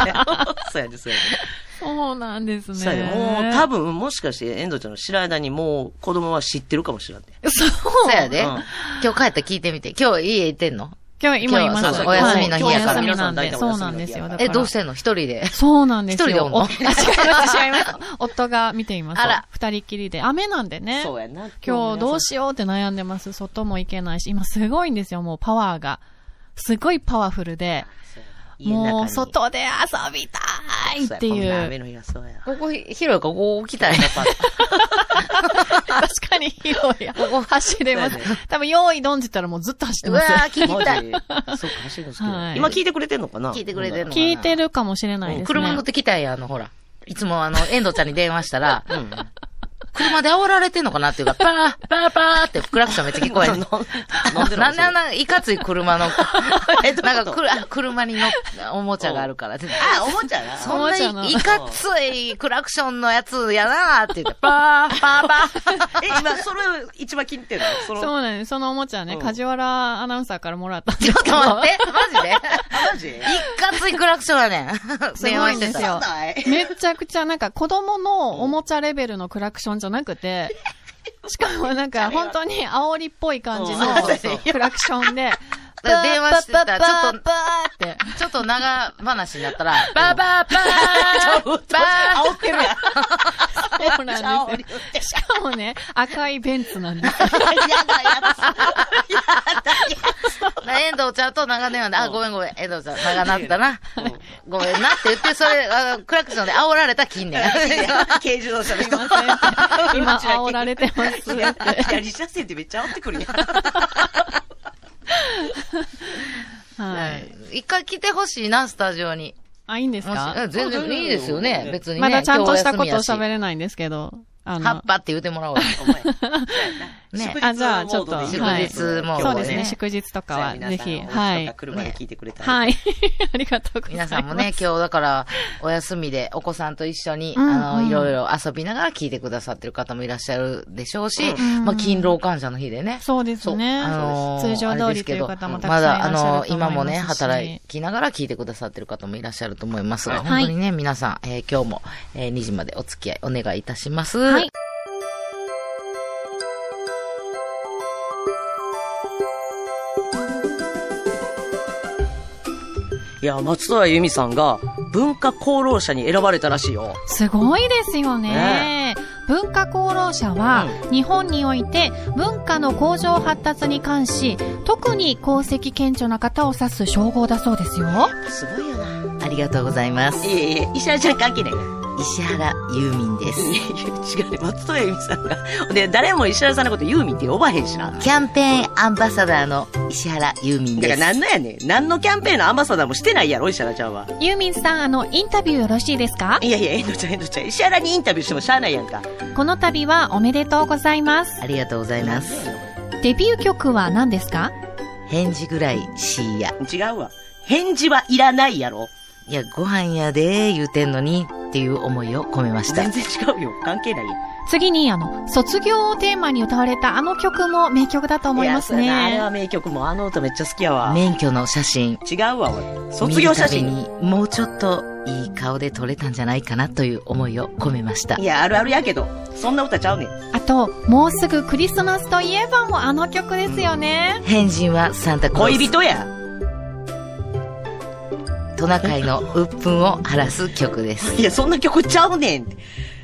[SPEAKER 3] そうやで、そうやで。
[SPEAKER 5] そうなんですね。
[SPEAKER 3] そうやね。もう、多分、もしかして、遠藤ちゃんの知らん間に、もう、子供は知ってるかもしれない。
[SPEAKER 5] そう
[SPEAKER 4] そうやで。
[SPEAKER 3] うん
[SPEAKER 4] 今日帰ったら聞いてみて。今日家行ってんの
[SPEAKER 5] 今日、今い
[SPEAKER 4] 今
[SPEAKER 5] ま
[SPEAKER 4] 日
[SPEAKER 5] す。
[SPEAKER 4] そうそうお休みの日やから
[SPEAKER 5] はいお休みなんで。
[SPEAKER 3] 皆
[SPEAKER 5] そ
[SPEAKER 3] さ
[SPEAKER 5] うん
[SPEAKER 3] 大
[SPEAKER 5] な
[SPEAKER 3] 体お休みの日
[SPEAKER 5] んですよ。
[SPEAKER 3] やから
[SPEAKER 5] だから
[SPEAKER 4] え、どうしてんの一人で。
[SPEAKER 5] そうなんですよ。
[SPEAKER 4] 一人でおんの
[SPEAKER 5] おあ、違います、違います。夫が見ています。
[SPEAKER 4] あら
[SPEAKER 5] 二人きりで。雨なんでね。
[SPEAKER 3] そうやな。
[SPEAKER 5] 今日どう
[SPEAKER 3] し
[SPEAKER 5] しようって悩んでます。外も行けないし、今すごいんですよ、もうパワーが。すごいパワフルで、もう外で遊びたいってい
[SPEAKER 3] 雨
[SPEAKER 5] う。
[SPEAKER 3] の日はそうや。
[SPEAKER 4] ここ広いから、ここ来たらやっぱ。
[SPEAKER 5] 確かに広い。走れます
[SPEAKER 3] そう。
[SPEAKER 5] 多分、用意ドンって言ったらもうずっと走って
[SPEAKER 4] うわ
[SPEAKER 5] ます。
[SPEAKER 4] ー、聞きたい。
[SPEAKER 3] マジそうか、走るの好き
[SPEAKER 5] は
[SPEAKER 3] ない今聞いてくれてんのかな
[SPEAKER 4] 聞いてくれ てんの
[SPEAKER 5] 聞いてるかもしれないですね。
[SPEAKER 4] 車乗ってきたんや、あの、ほら。いつもあの、遠藤ちゃんに電話したら、
[SPEAKER 3] うん。
[SPEAKER 4] 車で煽られてんのかなっていうか、パー、パーパーってクラクションめっちゃ聞こ える。
[SPEAKER 3] なんで
[SPEAKER 4] なんであん
[SPEAKER 3] な
[SPEAKER 4] な、いかつい車の、
[SPEAKER 3] えどういうこと
[SPEAKER 4] なんかくる、あ車に乗っおもちゃがあるからって。
[SPEAKER 3] あ、おもちゃな。
[SPEAKER 4] そん
[SPEAKER 5] おもちゃの
[SPEAKER 4] な、いかついクラクションのやつやなーって言 って、パー、パーパー。
[SPEAKER 3] え、今、それ、一番気に入ってるのそ
[SPEAKER 5] そ
[SPEAKER 3] の、
[SPEAKER 5] うなんです。そのおもちゃね、
[SPEAKER 3] うん
[SPEAKER 5] 梶原アナウンサーからもらったん で
[SPEAKER 4] ちょ
[SPEAKER 5] す
[SPEAKER 4] っ
[SPEAKER 5] け
[SPEAKER 4] と
[SPEAKER 5] ど。
[SPEAKER 4] 待って、マジでい
[SPEAKER 3] マジ
[SPEAKER 4] かついクラクションや ねん。
[SPEAKER 5] す
[SPEAKER 4] 電
[SPEAKER 5] ご
[SPEAKER 4] 話
[SPEAKER 5] い
[SPEAKER 4] し
[SPEAKER 5] んで
[SPEAKER 4] てた
[SPEAKER 5] すよ。 めちゃくちゃなんか子供のおもちゃレベルのクラクションじゃなくて、 しかもなんか本当に煽りっぽい感じの
[SPEAKER 3] うんそうそう
[SPEAKER 5] クラクションで、
[SPEAKER 4] だから電話してたら
[SPEAKER 5] パーパ
[SPEAKER 4] ちょっ
[SPEAKER 5] ーパー
[SPEAKER 4] と
[SPEAKER 5] パーって。
[SPEAKER 4] ちょっと長話になったら、パーパーパ ーパー
[SPEAKER 3] 煽ってる やん。
[SPEAKER 5] そうなんですよ。しか もね、赤いベンツなんです。
[SPEAKER 4] やだやだ。やだ遠藤ちゃんと長年はね、あ、ごめんごめん、遠藤ちゃん、長なったな。ごめんなって言って、それ、あのクラクションで煽られた近年。
[SPEAKER 3] 軽自動車の人。
[SPEAKER 5] 今、煽られてます って。
[SPEAKER 3] 左車線ってめっちゃ煽ってくるやん。
[SPEAKER 5] はい。
[SPEAKER 4] 一回来てほしいな、スタジオに。
[SPEAKER 5] あ、いいんです
[SPEAKER 4] もし
[SPEAKER 5] か
[SPEAKER 4] うん全然いいですよね、別にね。
[SPEAKER 5] まだちゃんとしたこと
[SPEAKER 4] 今日お休み
[SPEAKER 5] 喋
[SPEAKER 4] や
[SPEAKER 5] れないんですけど。あ
[SPEAKER 4] し葉っぱって言ってもらおうよ。
[SPEAKER 3] お 前
[SPEAKER 4] ね。
[SPEAKER 5] あじゃあちょっと
[SPEAKER 3] 祝日
[SPEAKER 5] は
[SPEAKER 3] モード
[SPEAKER 5] い
[SPEAKER 3] で行く
[SPEAKER 5] そうですね。
[SPEAKER 4] ね
[SPEAKER 5] 祝日とかは、ぜひ。は
[SPEAKER 3] はい。
[SPEAKER 5] い。
[SPEAKER 3] 車で聞いてくれたら。
[SPEAKER 5] はい。 ありがとうございま
[SPEAKER 4] 皆
[SPEAKER 5] す。
[SPEAKER 4] さんもね、今日だから、お休みでお子さんと一緒に、
[SPEAKER 5] うん
[SPEAKER 4] あの、
[SPEAKER 5] うん
[SPEAKER 4] いろいろ遊びながら聞いてくださってる方もいらっしゃるでしょうし、まあ、勤労感謝の日でね。
[SPEAKER 5] そうですね。
[SPEAKER 4] あのー
[SPEAKER 5] 通常
[SPEAKER 4] あ
[SPEAKER 5] 通
[SPEAKER 4] れで
[SPEAKER 5] り
[SPEAKER 4] す
[SPEAKER 5] と
[SPEAKER 4] け
[SPEAKER 5] いう
[SPEAKER 4] ど
[SPEAKER 5] 方もたく
[SPEAKER 4] ま
[SPEAKER 5] さん
[SPEAKER 4] だ、
[SPEAKER 5] いら
[SPEAKER 4] あ
[SPEAKER 5] っ
[SPEAKER 4] の、
[SPEAKER 5] しゃると思いますし。
[SPEAKER 4] 今もね、働きながら聞いてくださってる方もいらっしゃると思いますが、
[SPEAKER 5] い
[SPEAKER 4] 本当にね、皆さん、えー今日も、えー2時までお付き合いお願いいたします。
[SPEAKER 5] はい
[SPEAKER 3] いや、松任谷由実さんが文化功労者に選ばれたらしいよ。
[SPEAKER 5] すごいですよね。文化功労者は、日本において文化の向上発達に関し、特に功績顕著な方を指す称号だそうですよ。
[SPEAKER 3] すごいよな。
[SPEAKER 4] ありがとうございます。
[SPEAKER 3] いえいえ、石原ちゃん関係ない。
[SPEAKER 4] 石原由民で
[SPEAKER 3] い
[SPEAKER 4] す。
[SPEAKER 3] やいや、違うね。松任谷由実さんが。で、誰も石原さんのことユーミンって呼ばへんしな。
[SPEAKER 4] キャンペーンアンバサダーの石原由民
[SPEAKER 3] だ
[SPEAKER 4] で
[SPEAKER 3] から何
[SPEAKER 4] す。
[SPEAKER 3] のやねん。何のキャンペーンのアンバサダーもしてないやろ、石原ちゃんは。
[SPEAKER 5] ユーミンさん、あの、インタビューよろしいですか
[SPEAKER 3] いやいや、遠藤ちゃん、遠藤ちゃん。石原にインタビューしてもしゃあないやんか。
[SPEAKER 5] この度はおめでとうございます。
[SPEAKER 4] ありがとうございます。
[SPEAKER 5] デビュー曲は何ですか
[SPEAKER 4] 返事ぐらいしいや。
[SPEAKER 3] 違うわ。返事はいらないやろ。
[SPEAKER 4] いや、ご飯やで言うてんのにっていう思いを込めました
[SPEAKER 3] 全。然違うよ。関係ないやん。
[SPEAKER 5] 次に、あの、卒業をテーマに歌われたあの曲も名曲だと思います
[SPEAKER 3] やそうやなあれ
[SPEAKER 5] ね。
[SPEAKER 3] は名曲も、あの歌めっちゃ好きやわ。
[SPEAKER 4] 免許の写真。
[SPEAKER 3] 違うわ、おい卒業写真。
[SPEAKER 4] 見るたびにもうちょっといい顔で撮れたんじゃないかなという思いを込めました
[SPEAKER 3] い。や、あるあるやけど、そんな歌ちゃうねん。
[SPEAKER 5] あと、もうすぐクリスマスといえばもうあの曲ですよね。
[SPEAKER 4] 変人はサンタクロース。
[SPEAKER 3] 恋人や。
[SPEAKER 4] トナカイの鬱憤を晴らす曲です。
[SPEAKER 3] いや、そんな曲ちゃうねん。い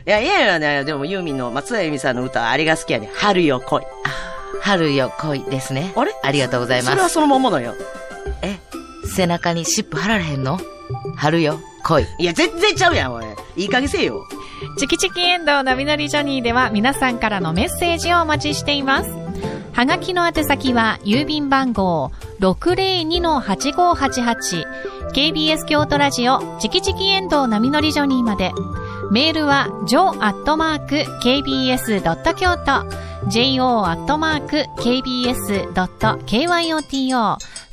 [SPEAKER 3] や、いやいやね、でもユーミンの松田由美さんの歌、あれが好きやねん。春よ恋。
[SPEAKER 4] 春よ恋ですね。
[SPEAKER 3] あれ
[SPEAKER 4] ありがとうござい
[SPEAKER 3] そ
[SPEAKER 4] ま
[SPEAKER 3] れは
[SPEAKER 4] す。
[SPEAKER 3] そのまんまなんよ。
[SPEAKER 4] え、背中にシップ貼られへんの春よ恋。
[SPEAKER 3] いや、全然ちゃうやん、おい。いい加減せえよ。
[SPEAKER 5] チキチキエンドウナビナリジョニーでは皆さんからのメッセージをお待ちしています。はがきの宛先は郵便番号 602-8588KBS 京都ラジオチキチキエンドウナミノリジョニーまで。メールは jo.kbs.kyoto jo.kbs.kyoto フ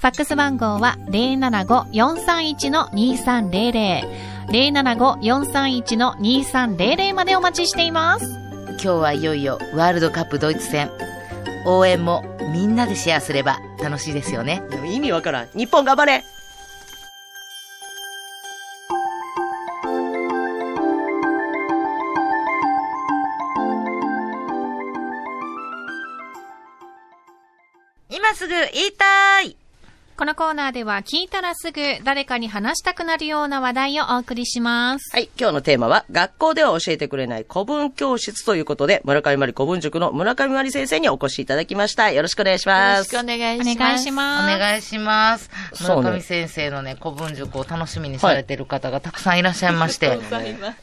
[SPEAKER 5] ァックス番号は075-431-2300 075-431-2300までお待ちしています。
[SPEAKER 4] 今日はいよいよワールドカップドイツ戦。応援もみんなでシェアすれば楽しいですよね。
[SPEAKER 3] でも意味わからん。日本頑張れ
[SPEAKER 4] 今すぐ言いたい
[SPEAKER 5] このコーナーでは聞いたらすぐ誰かに話したくなるような話題をお送りします。
[SPEAKER 3] はい、今日のテーマは、学校では教えてくれない古文教室ということで、村上真理古文塾の村上真理先生にお越しいただきました。よろしくお願いし
[SPEAKER 4] よ
[SPEAKER 3] ま
[SPEAKER 4] ろ
[SPEAKER 3] す。
[SPEAKER 4] しくお願いします。
[SPEAKER 5] お願いします
[SPEAKER 4] お願いします。
[SPEAKER 3] そうね
[SPEAKER 4] 村上先生のね、古文塾を楽しみにされてる方がたくさんいらっしゃいまして、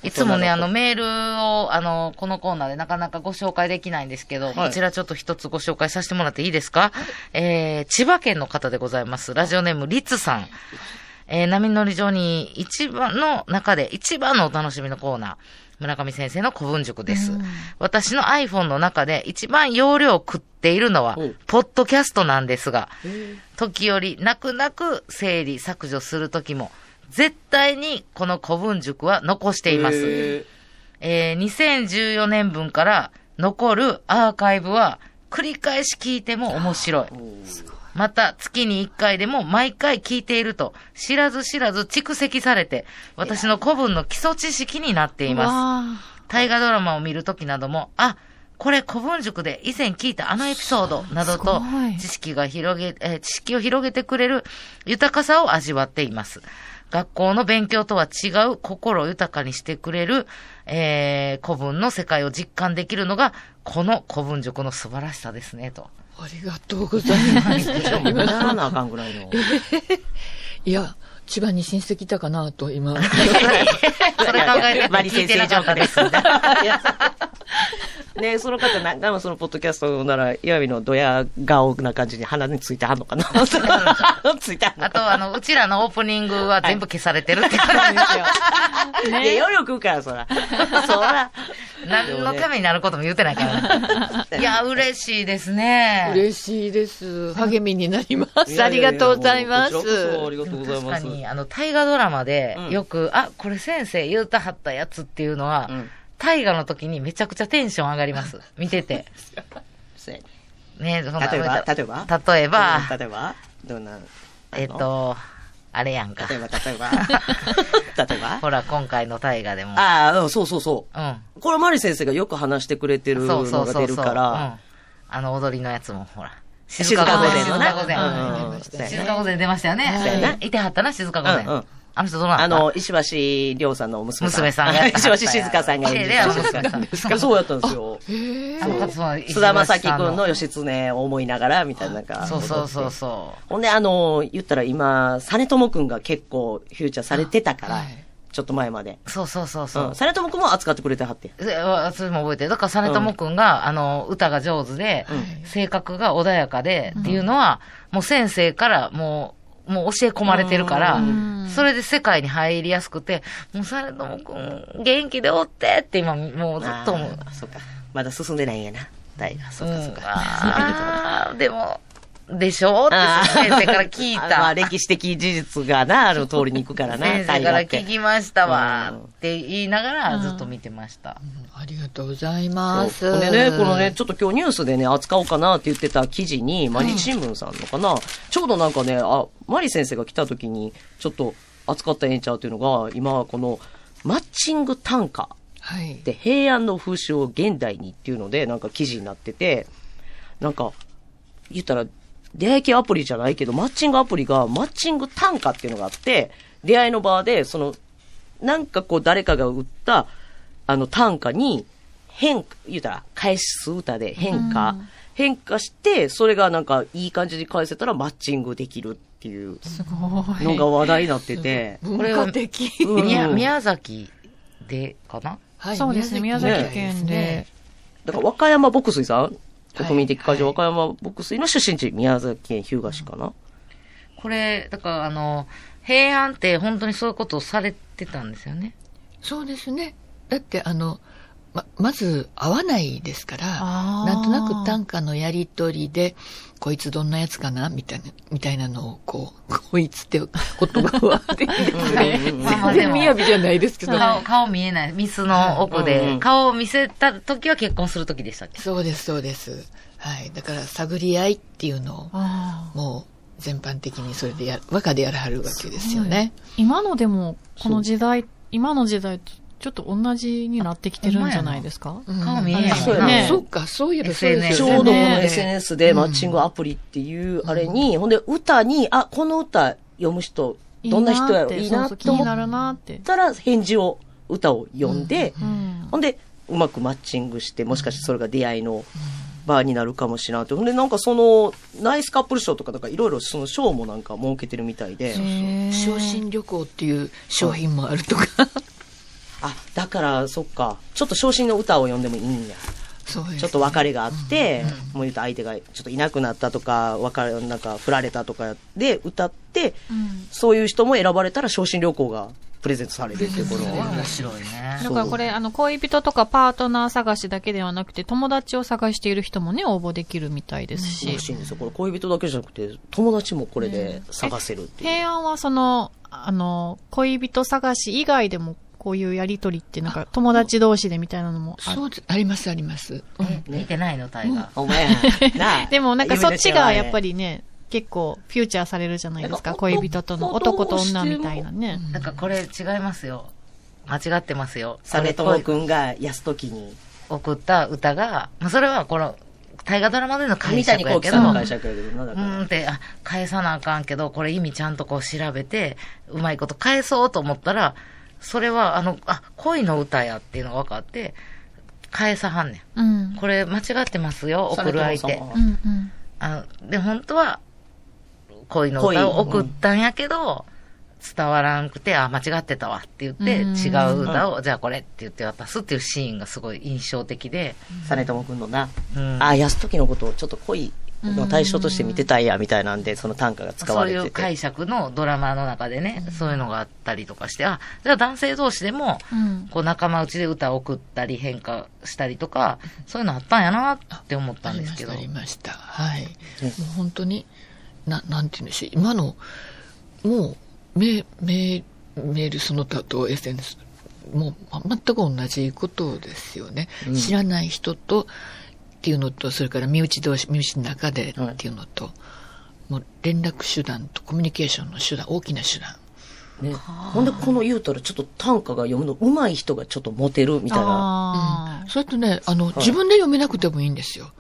[SPEAKER 4] い、つもね、あの、メールを、あの、このコーナーでなかなかご紹介できないんですけど、こちらちょっと一つご紹介させてもらっていいですか、えー、千葉県の方でございます。ラジオネーム、リツさん。えー、波乗り場に一番の中で一番のお楽しみのコーナー。村上先生の古文塾です。私の iPhone の中で一番容量を食っているのは
[SPEAKER 3] うん、
[SPEAKER 4] ポッドキャストなんですが、時折、泣く泣く整理、削除するときも、絶対にこの古文塾は残しています。えー2014年分から残るアーカイブは、繰り返し聞いても面白い。また、月に1回でも毎回聞いていると、知らず知らず蓄積されて、私の古文の基礎知識になっています。
[SPEAKER 5] わ
[SPEAKER 4] 大河ドラマを見るときなども、あ、これ古文塾で以前聞いたあのエピソードなどと
[SPEAKER 5] すごい、
[SPEAKER 4] 知識が広げ、えー知識を広げてくれる豊かさを味わっています。学校の勉強とは違う心を豊かにしてくれる、えー、古文の世界を実感できるのが、この古文塾の素晴らしさですね、と。
[SPEAKER 6] ありがとうございま
[SPEAKER 3] じゃあもうやらなあかんぐらいの。
[SPEAKER 6] す。いや、千葉に親戚いたかなと、今。
[SPEAKER 4] それ考えて、
[SPEAKER 3] バリ
[SPEAKER 4] 聞
[SPEAKER 3] 先
[SPEAKER 4] いて
[SPEAKER 3] 生
[SPEAKER 4] な
[SPEAKER 3] 浄化
[SPEAKER 4] かった
[SPEAKER 3] で
[SPEAKER 4] です す。。
[SPEAKER 3] ねその方何回もそのポッドキャストなら、岩見のドヤ顔な感じに鼻についてはんのか なついてはんの
[SPEAKER 4] あ
[SPEAKER 3] かな
[SPEAKER 4] と、あ の、うちらのオープニングは全部消されてるって感
[SPEAKER 3] いや、夜食うから、そ ら。そら。
[SPEAKER 4] じ。何のためになることも言ってない からね。いや、嬉しいですね。
[SPEAKER 6] 嬉しいです。励みになりま
[SPEAKER 3] い
[SPEAKER 6] す。
[SPEAKER 3] やいや
[SPEAKER 6] あり
[SPEAKER 3] いや
[SPEAKER 6] がとうございます。
[SPEAKER 3] こちらこそありがとうござい
[SPEAKER 4] 確
[SPEAKER 3] ま
[SPEAKER 4] か
[SPEAKER 3] す。
[SPEAKER 4] に、あの、大河ドラマで
[SPEAKER 3] うん、
[SPEAKER 4] よく、あ、これ先生言うたはったやつっていうのは
[SPEAKER 3] うん、
[SPEAKER 4] 大河の時にめちゃくちゃテンション上がり ます。見てて。
[SPEAKER 3] せや
[SPEAKER 4] ね、そんな
[SPEAKER 3] 例えば例えば
[SPEAKER 4] 例えば、
[SPEAKER 3] うん例えばどんな。
[SPEAKER 4] えっと、あれやんか。
[SPEAKER 3] 例えば、例え ば。例えば
[SPEAKER 4] ほら、今回の大河でも。
[SPEAKER 3] ああ、うんそうそうそうう。これはマリ先生がよく話してくれてる
[SPEAKER 4] ん。そ
[SPEAKER 3] の
[SPEAKER 4] うそう
[SPEAKER 3] が
[SPEAKER 4] そ
[SPEAKER 3] 出
[SPEAKER 4] う
[SPEAKER 3] る
[SPEAKER 4] そう。
[SPEAKER 3] か
[SPEAKER 4] う
[SPEAKER 3] ら。
[SPEAKER 4] んあの、踊りのやつも、ほら。
[SPEAKER 3] 静か御前
[SPEAKER 4] 静
[SPEAKER 3] の
[SPEAKER 4] か
[SPEAKER 3] な。
[SPEAKER 4] 御前。
[SPEAKER 3] うんうん
[SPEAKER 4] 静か御前出ましたよね。
[SPEAKER 3] そうやな
[SPEAKER 4] うんいてはったな、静か御前。
[SPEAKER 3] うんうん
[SPEAKER 4] あの人どうな
[SPEAKER 3] あ
[SPEAKER 4] の
[SPEAKER 3] の、石橋亮さんの娘さん。
[SPEAKER 4] 娘さんがやった
[SPEAKER 3] 石橋静香さんが演じて
[SPEAKER 4] 綺麗な
[SPEAKER 3] そうそう
[SPEAKER 4] 娘さん
[SPEAKER 3] そうそうやったんですよ。
[SPEAKER 4] あの方、その、
[SPEAKER 3] 菅田将暉
[SPEAKER 4] 君
[SPEAKER 3] 君の義経を思いながら、みたいな、なんか。
[SPEAKER 4] そうそうそうそう。
[SPEAKER 3] ほんで、あの、言ったら今、実朝くんが結構フューチャーされてたから、
[SPEAKER 6] はい
[SPEAKER 3] ちょっと前まで。
[SPEAKER 4] そうそうそうそうう。
[SPEAKER 3] ん。実朝くんも扱ってくれてはってん。
[SPEAKER 4] えわそれも覚えてる。だから、実朝くんが、あの、歌が上手で、性格が穏やかで、っていうのは、もう先生から、もう、もう教え込まれてるから、それで世界に入りやすくて、もう実朝くん、元気でおってって今、もうずっと思う。
[SPEAKER 3] あーそうか。まだ進んでないんやな。大河、そう
[SPEAKER 4] う
[SPEAKER 3] か、
[SPEAKER 4] ん
[SPEAKER 3] そうか。
[SPEAKER 4] あーでも、でしょって
[SPEAKER 3] あー
[SPEAKER 4] 先生から聞 い
[SPEAKER 3] あまあ、
[SPEAKER 4] た。
[SPEAKER 3] 歴史的事実がな、あの通りに行くからな、
[SPEAKER 4] 先生から聞きましたわ
[SPEAKER 3] うん
[SPEAKER 4] って言いながらずっと見てました。
[SPEAKER 6] ありがとうござい
[SPEAKER 3] ま。
[SPEAKER 6] ますす。
[SPEAKER 3] ほんでね、このね、、ちょっと今日ニュースでね、扱おうかなって言ってた記事に、毎日新聞さんのかな、ちょうどなんかね、あ、マリ先生が来た時に、ちょっと扱ったらええんちゃうっていうのが、今、この、マッチング単価
[SPEAKER 6] はい
[SPEAKER 3] っ。て平安の風習を現代にっていうので、なんか記事になってて、なんか、言ったら、出会い系アプリじゃないけど、マッチングアプリが、マッチング単価っていうのがあって、出会いの場で、その、なんかこう、誰かが売った、あの、単価に、変、言ったら、返す歌で変化、変化して、それがなんか、いい感じに返せたら、マッチングできるっていう
[SPEAKER 5] すごい。
[SPEAKER 3] のが話題になってて、
[SPEAKER 6] 文
[SPEAKER 4] れは
[SPEAKER 6] 化的。
[SPEAKER 3] うん
[SPEAKER 4] 宮宮崎でかな
[SPEAKER 6] は
[SPEAKER 5] そうですね宮崎県で
[SPEAKER 6] ね
[SPEAKER 3] だから和歌山牧水さん国民的会場、和歌山牧水の出身地、宮崎県日向市かな。
[SPEAKER 4] これ、だからあの、平安って本当にそういうことをされてたんですよね。
[SPEAKER 6] そうですね。だって、あの、ま、まず合わないですから、
[SPEAKER 5] あー
[SPEAKER 6] なんとなく短歌のやりとりで、こいつどんなやつかなみたいな、みたいなのを、こう、こいつって言葉はあっていいですね。
[SPEAKER 4] まあ
[SPEAKER 6] 全然雅じゃないですけど。
[SPEAKER 4] 顔、顔見えない。ミスの奥
[SPEAKER 3] うんう
[SPEAKER 4] で
[SPEAKER 3] ん。
[SPEAKER 4] 顔を見せた時は結婚する時でしたっけ
[SPEAKER 6] そうです、そうです。はい。だから、探り合いっていうのを、
[SPEAKER 5] あー
[SPEAKER 6] もう、全般的にそれでや、和歌でやらはるわけですよね。
[SPEAKER 5] 今のでも、この時代、今の時代とちょっと同じになってきてるんじゃないですか
[SPEAKER 6] うん
[SPEAKER 4] 顔見えない
[SPEAKER 6] そうや
[SPEAKER 5] ね
[SPEAKER 6] そうか、そういえばそうです
[SPEAKER 3] ち
[SPEAKER 6] よ
[SPEAKER 3] ょう
[SPEAKER 6] ね。
[SPEAKER 3] どこの
[SPEAKER 5] ね
[SPEAKER 3] SNS でマッチングアプリっていうあれに、ほんで歌に、あ、この歌読む人、どんな人やろ、い
[SPEAKER 5] い
[SPEAKER 3] い
[SPEAKER 5] い
[SPEAKER 3] な
[SPEAKER 5] な
[SPEAKER 3] って
[SPEAKER 5] ってそうそう気
[SPEAKER 3] 思
[SPEAKER 5] に
[SPEAKER 3] っ
[SPEAKER 5] なるなって。
[SPEAKER 3] たら返事を、歌を読んで、
[SPEAKER 5] うん。
[SPEAKER 3] ほんで、うまくマッチングして、もしかしてそれが出会いの場になるかもしれないって。ほんで、なんかその、ナイスカップル賞とか、なんかいろいろその賞もなんか設けてるみたいで。
[SPEAKER 6] 昇進旅行っていう商品もあるとか。
[SPEAKER 3] あ、だから、そっか。ちょっと昇進の歌を読んでもいいんや。
[SPEAKER 6] そうです
[SPEAKER 3] ちょっと別れがあって、もう言うと相手がちょっといなくなったとか、別れ、なんか振られたとかで歌って、そういう人も選ばれたら昇進旅行がプレゼントされるっていうこの。
[SPEAKER 4] 面白いね。
[SPEAKER 5] だからこれ、あの、恋人とかパートナー探しだけではなくて、友達を探している人もね、応募できるみたいですし
[SPEAKER 3] ら。しいんですよ。これ恋人だけじゃなくて、友達もこれで探せるっていう。
[SPEAKER 5] 平安はその、あの、恋人探し以外でも、こういうやりとりって、なんか、友達同士でみたいなのもある。
[SPEAKER 6] そうですありますあります。
[SPEAKER 4] え見てないの、大河。
[SPEAKER 3] お前、なあ
[SPEAKER 5] でもなんかそっちがやっぱ
[SPEAKER 3] り。
[SPEAKER 5] りね、結構フューチャーされるじゃないです
[SPEAKER 3] な
[SPEAKER 5] か。
[SPEAKER 3] んか男
[SPEAKER 5] 恋人との男と女みたいなね。
[SPEAKER 4] なんかこれ違いますよ。間違ってますよ。
[SPEAKER 3] 実朝くんが安時に。
[SPEAKER 4] 送った歌が、まあ、それはこの、大河ドラマでの解
[SPEAKER 3] 三
[SPEAKER 4] 釈
[SPEAKER 3] 谷幸喜
[SPEAKER 4] やけど、
[SPEAKER 3] さんの
[SPEAKER 4] う
[SPEAKER 3] 解釈やけど、なんだっけ
[SPEAKER 4] ーんって、あ、返さなあかんけど、これ意味ちゃんとこう調べて、うまいこと返そうと思ったら、それは、あの、あ、恋の歌やっていうのが分かって、返さはんね
[SPEAKER 5] うん
[SPEAKER 4] ん。。これ間違ってますよ、送る相手。
[SPEAKER 5] うんうん。
[SPEAKER 4] あので、本当は、恋の歌を送ったんやけど、伝わらんくて、あ、間違ってたわって言って、
[SPEAKER 5] うん
[SPEAKER 4] 違う歌を、じゃあこれって言って渡すっていうシーンがすごい印象的で、
[SPEAKER 3] 実朝君のな、
[SPEAKER 4] うん
[SPEAKER 3] ああ、安時のことをちょっと恋の対象として見てたんや、みたいなんで、その短歌が使
[SPEAKER 4] そ
[SPEAKER 3] わ
[SPEAKER 4] う
[SPEAKER 3] れ
[SPEAKER 4] い
[SPEAKER 3] てて。
[SPEAKER 4] う解釈のドラマの中でね、そういうのがあったりとかして、あ、じゃあ男性同士でも、
[SPEAKER 5] うん。
[SPEAKER 4] こう仲間内で歌を送ったり変化したりとか、そういうのあったんやなって思った
[SPEAKER 6] あ
[SPEAKER 4] ん
[SPEAKER 6] り
[SPEAKER 4] で
[SPEAKER 6] ますし
[SPEAKER 4] け
[SPEAKER 6] た、
[SPEAKER 4] ど
[SPEAKER 6] あ。りました。はい。
[SPEAKER 3] うん
[SPEAKER 6] もう本当に、な、なんて言うんでしょう。今の、もう、メメメールその他と SNS、もうま全く同じことですよね。知らない人とっていうのと、それから身内同士、身内の中で
[SPEAKER 3] はい
[SPEAKER 6] っていうのと、もう連絡手段とコミュニケーションの手段、大きな手段。
[SPEAKER 3] ね、ほんで、この言うたら、ちょっと短歌が読むの上手い人がちょっとモテるみたいな。
[SPEAKER 5] あ
[SPEAKER 6] それとね、あの、自分で読めなくてもいいんですよ。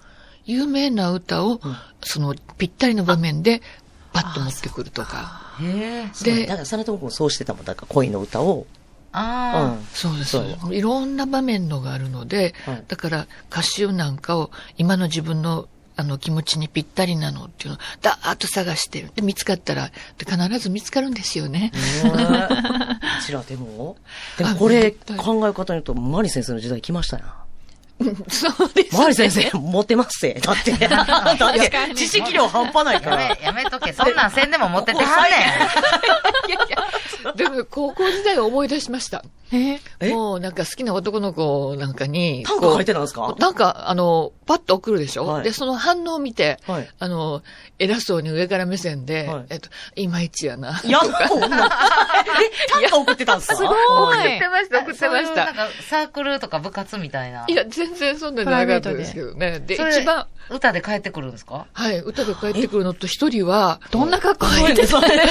[SPEAKER 6] 有名な歌を、その、ぴったりの場面で、パッと持ってくるとか。
[SPEAKER 4] へえ。
[SPEAKER 3] で、
[SPEAKER 6] で
[SPEAKER 3] だから、実朝君もそうしてたもん。だから、恋の歌を。う
[SPEAKER 4] あ
[SPEAKER 3] ん。
[SPEAKER 6] そうです
[SPEAKER 3] そう
[SPEAKER 6] いろんな場面のがあるので、
[SPEAKER 3] はい
[SPEAKER 6] だから歌集なんかを今の自分のあの気持ちにぴったりなのっていうのをだーっと探して、で見つかったら、で必ず見つかるんですよね。
[SPEAKER 3] うちらでも、でもこれ
[SPEAKER 6] あ
[SPEAKER 3] 考え方によると、マリ先生の時代来ましたな。
[SPEAKER 6] そうです。
[SPEAKER 3] マリ先生、モテますぜ。だって、だって、知識量半端ない
[SPEAKER 4] あ。
[SPEAKER 3] か
[SPEAKER 4] や
[SPEAKER 3] ら。
[SPEAKER 4] め、やめとけ。そんなんせんでも持っててはんねん。
[SPEAKER 6] でも高校時代を思い出しました。
[SPEAKER 5] ーえ
[SPEAKER 3] え
[SPEAKER 6] もうなんか好きな男の子なんかに、
[SPEAKER 3] 短歌書いて
[SPEAKER 6] こ
[SPEAKER 3] たんですか
[SPEAKER 6] うなんか、あの、パッと送るでしょ、
[SPEAKER 3] はい
[SPEAKER 6] で、その反応を見て、
[SPEAKER 3] はい
[SPEAKER 6] あの、偉そうに上から目線で、
[SPEAKER 3] はい
[SPEAKER 6] えっと、いまいちやな。
[SPEAKER 3] いや、もう、 え、短歌送ってたんですかすご
[SPEAKER 5] ごい
[SPEAKER 6] 送ってました、送ってま
[SPEAKER 4] そ
[SPEAKER 6] し
[SPEAKER 4] ういう
[SPEAKER 6] た
[SPEAKER 4] なん。かサークルとか部活みたいな。
[SPEAKER 6] いや、全然そんなになかったですけどね。で、
[SPEAKER 4] それ
[SPEAKER 6] 一番、
[SPEAKER 4] 歌で帰ってくるんですか
[SPEAKER 6] はい、歌が帰ってくるのと一人は、
[SPEAKER 5] どんな格好いいんです
[SPEAKER 3] そ
[SPEAKER 5] か
[SPEAKER 3] んな、だ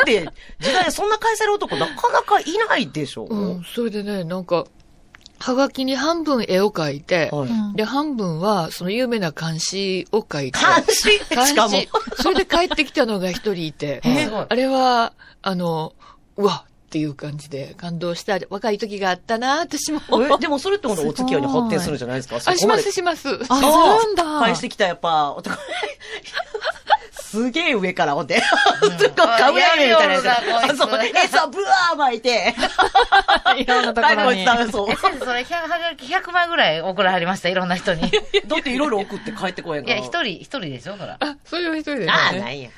[SPEAKER 3] って、時代そんな返せる男なかなかいないでしょ。
[SPEAKER 6] うん、それでね、なんか、はがきに半分絵を描いて、
[SPEAKER 3] はい。
[SPEAKER 6] で、半分は、その有名な漢詩を書いて。
[SPEAKER 3] 監視
[SPEAKER 6] 漢
[SPEAKER 3] しかも。
[SPEAKER 6] それで帰ってきたのが一人いて、
[SPEAKER 4] すごい
[SPEAKER 6] あれは、あの、うわっていう感じで感動した若い時があったな、私も。
[SPEAKER 3] え でもそれってほんでお付き合いに発展するんじゃないですか
[SPEAKER 6] あ、しま、
[SPEAKER 3] です
[SPEAKER 6] します。
[SPEAKER 5] あ、
[SPEAKER 3] あ
[SPEAKER 5] するんだ。
[SPEAKER 3] 返してきた、やっぱ、 男。すげえ上から、ほんで。すっごい、かぶやるみたいなやつ
[SPEAKER 4] やるよなこいつ
[SPEAKER 3] あそう、餌ぶわー巻いて。
[SPEAKER 5] いろんなとこ
[SPEAKER 3] はい、こ
[SPEAKER 5] ろ
[SPEAKER 3] いつ
[SPEAKER 5] に。
[SPEAKER 3] ダメそう
[SPEAKER 4] え、。先生、それ100、はがき100枚ぐらい送らはりました、いろんな人に。い
[SPEAKER 3] だっていろいろ送って帰ってこへんから。
[SPEAKER 4] や、一人、一人でしょ、そら。
[SPEAKER 6] あ、それは一人で、ね。
[SPEAKER 3] ああ、ないや。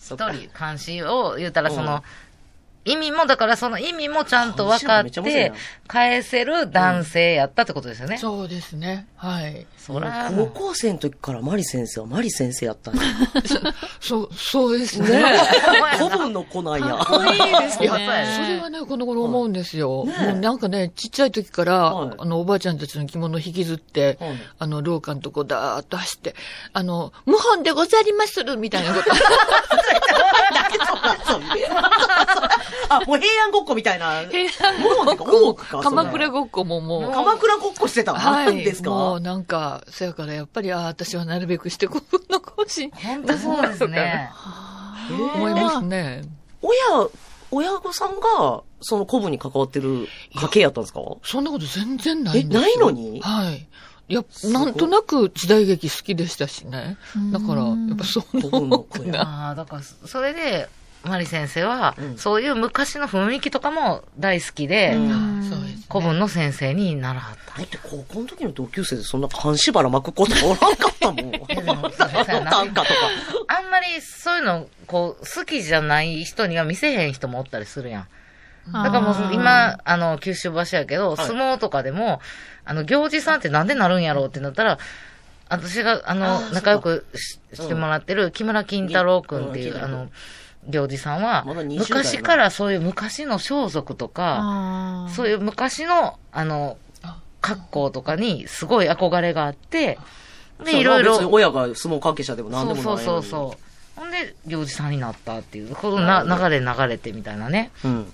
[SPEAKER 3] そ
[SPEAKER 4] 一
[SPEAKER 3] っか
[SPEAKER 4] 人、監視を言うたら、そうの、意味も、だからその意味もちゃんと分かっ
[SPEAKER 3] 監視もめっちゃ面白い
[SPEAKER 4] て
[SPEAKER 3] な、
[SPEAKER 4] 返せる男性やったってことですよね。
[SPEAKER 6] そうですね。はい。
[SPEAKER 4] そら、
[SPEAKER 3] 高校生の時からマリ先生はマリ先生やったん や。
[SPEAKER 6] そう、そうですね。
[SPEAKER 3] 古文の子なんや。
[SPEAKER 6] いや、
[SPEAKER 5] そう
[SPEAKER 6] そ
[SPEAKER 5] ですね
[SPEAKER 6] れはね、この頃思うんですよ。もうなんかね、ちっちゃい時から、
[SPEAKER 3] はい
[SPEAKER 6] あの、おばあちゃんたちの着物を引きずって、
[SPEAKER 3] はい
[SPEAKER 6] あの、廊下のとこだーっと走って、あの、無本でござりまするみたいなこと。
[SPEAKER 3] あ、もう平安ごっこみたいな。 もう、
[SPEAKER 6] も
[SPEAKER 3] 多
[SPEAKER 6] う
[SPEAKER 3] くか。
[SPEAKER 6] 鎌倉
[SPEAKER 3] ごっ
[SPEAKER 6] ごっこももう。
[SPEAKER 3] こ。鎌倉ごっこしてたわ。なんです
[SPEAKER 6] も
[SPEAKER 3] か
[SPEAKER 6] うなんか、そやからやっぱり、ああ、私はなるべくして古墳の更新、
[SPEAKER 4] 本当そうですね。
[SPEAKER 6] 思いますね。
[SPEAKER 3] 親、親御さんが、その古文に関わってる家系やったんですか
[SPEAKER 6] そんなこと全然ないんです
[SPEAKER 3] え
[SPEAKER 6] よ。
[SPEAKER 3] ないのに
[SPEAKER 6] はい。いや、
[SPEAKER 3] ごい
[SPEAKER 6] なんとなく時代劇好きでしたしね。だから、やっぱそんなもんか
[SPEAKER 3] 古墳の子
[SPEAKER 6] な。
[SPEAKER 4] ああ、だから、それで、マリ先生は、
[SPEAKER 3] ん
[SPEAKER 4] そういう昔の雰囲気とかも大好きで、
[SPEAKER 6] あそうですね。
[SPEAKER 4] 古文の先生に習った。
[SPEAKER 3] だって高校の時の同級生でそんな半しばら巻くことおらんかったも ん。 短歌とか。
[SPEAKER 4] あんまりそういうの、こう、好きじゃない人には見せへん人もおったりするやん。だからもうその今、あの、九州場所やけ
[SPEAKER 3] は
[SPEAKER 4] ど、
[SPEAKER 3] い
[SPEAKER 4] 相撲とかでも、あの、行司さんってなんでなるんやろうってなったら、私が、あの、仲良くししてもらってる木村金太郎くんってい
[SPEAKER 3] うん
[SPEAKER 4] う、あの、行司さんは、
[SPEAKER 3] まだ20代な
[SPEAKER 4] 昔からそういう昔の装束とか、
[SPEAKER 5] あー
[SPEAKER 4] そういう昔の、あの、格好とかにすごい憧れがあって、で、いろい
[SPEAKER 3] 別に
[SPEAKER 4] ろ、
[SPEAKER 3] 親が相撲関係者でも何
[SPEAKER 4] そ
[SPEAKER 3] で
[SPEAKER 4] う
[SPEAKER 3] もない
[SPEAKER 4] そ
[SPEAKER 3] の
[SPEAKER 4] う
[SPEAKER 3] に。
[SPEAKER 4] そうそう。ほんで、行司さんになったっていう、このな流れ流れてみたいなね。
[SPEAKER 3] うん。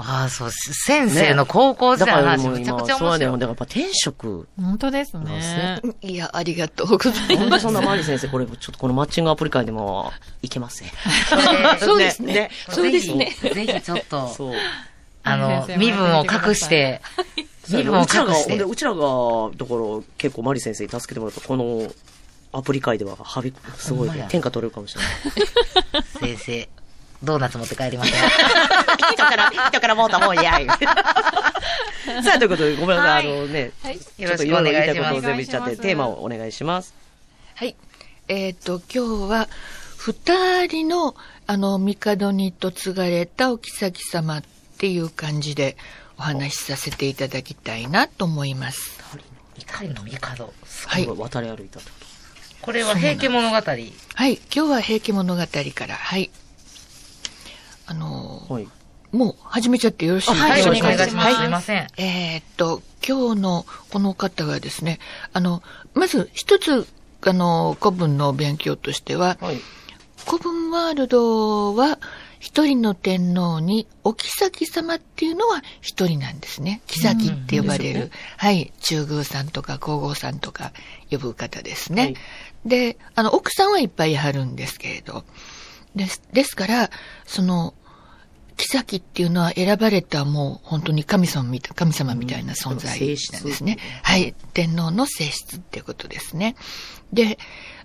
[SPEAKER 4] ああ、そう、先生の高校
[SPEAKER 3] だ
[SPEAKER 4] 時
[SPEAKER 3] か
[SPEAKER 4] 代の
[SPEAKER 3] ら
[SPEAKER 4] 話、
[SPEAKER 3] もう
[SPEAKER 4] めちゃ
[SPEAKER 3] 今
[SPEAKER 4] くちゃ、
[SPEAKER 3] そう
[SPEAKER 4] 面
[SPEAKER 3] やねん。ほん
[SPEAKER 4] 白い。
[SPEAKER 3] でやっぱ転 職。
[SPEAKER 5] 本当です
[SPEAKER 3] そうです
[SPEAKER 5] ね
[SPEAKER 3] ね。
[SPEAKER 6] いや、ありがとうござい
[SPEAKER 3] ほん
[SPEAKER 6] ま。
[SPEAKER 3] ですそんなマリ先生、これ、ちょっとこのマッチングアプリ会でも、いけますね。
[SPEAKER 6] そうですね。そうですね。
[SPEAKER 4] ぜひちょっと、
[SPEAKER 3] そう。
[SPEAKER 4] あの
[SPEAKER 5] 先生、も
[SPEAKER 4] 身分を隠して、身分を
[SPEAKER 3] うちら
[SPEAKER 4] 隠
[SPEAKER 3] が、
[SPEAKER 4] し
[SPEAKER 3] ほんで、
[SPEAKER 4] て。
[SPEAKER 3] うちらが、だから、結構マリ先生に助けてもらった、この、アプリ会では、はび、すごい
[SPEAKER 4] ほんま
[SPEAKER 3] ね
[SPEAKER 4] や、
[SPEAKER 3] 天下取れるかもしれない。
[SPEAKER 4] 先生、ドーナツ持って帰りました。
[SPEAKER 3] 人から、人からもうたもんやい。さあ、という ことで、ごめんなさい、あのね、
[SPEAKER 4] よろしくお
[SPEAKER 3] ちょっ
[SPEAKER 4] 願いします
[SPEAKER 3] といろいろ言いたいことを全部言っちゃって、テーマをお願いします。
[SPEAKER 6] はい。えっ、と、今日は、二人の、あの、帝に嫁がれたお妃様っていう感じでお話しさせていただきたいなと思います。
[SPEAKER 4] 怒りの帝。
[SPEAKER 6] はい。
[SPEAKER 3] 渡り歩いたってこ
[SPEAKER 4] これは平家物語。
[SPEAKER 6] はい。今日は平家物語から、はい。あの
[SPEAKER 3] と。はい。
[SPEAKER 6] ーもう始めちゃってよろしいですか
[SPEAKER 4] はい、お
[SPEAKER 3] よ
[SPEAKER 4] 願
[SPEAKER 3] ろ
[SPEAKER 4] い
[SPEAKER 3] し
[SPEAKER 4] し
[SPEAKER 3] くお願いし
[SPEAKER 4] ます。
[SPEAKER 3] ます
[SPEAKER 4] すいません。
[SPEAKER 6] えーっと、今日のこの方はですね、あの、まず一つ、あの、古文の勉強としては、
[SPEAKER 3] はい。
[SPEAKER 6] 古文ワールドは、一人の天皇に、お妃様っていうのは一人なんですね。妃って呼ばれる。はい。中宮さんとか皇后さんとか呼ぶ方ですね。
[SPEAKER 3] はい
[SPEAKER 6] で、あの、奥さんはいっぱいあるんですけれど。です、ですから、その、妃っていうのは選ばれたもう本当に神様みたい、神様みたいな存在
[SPEAKER 3] 性質
[SPEAKER 6] なんですね。はい。天皇の性質っていうことですね。で、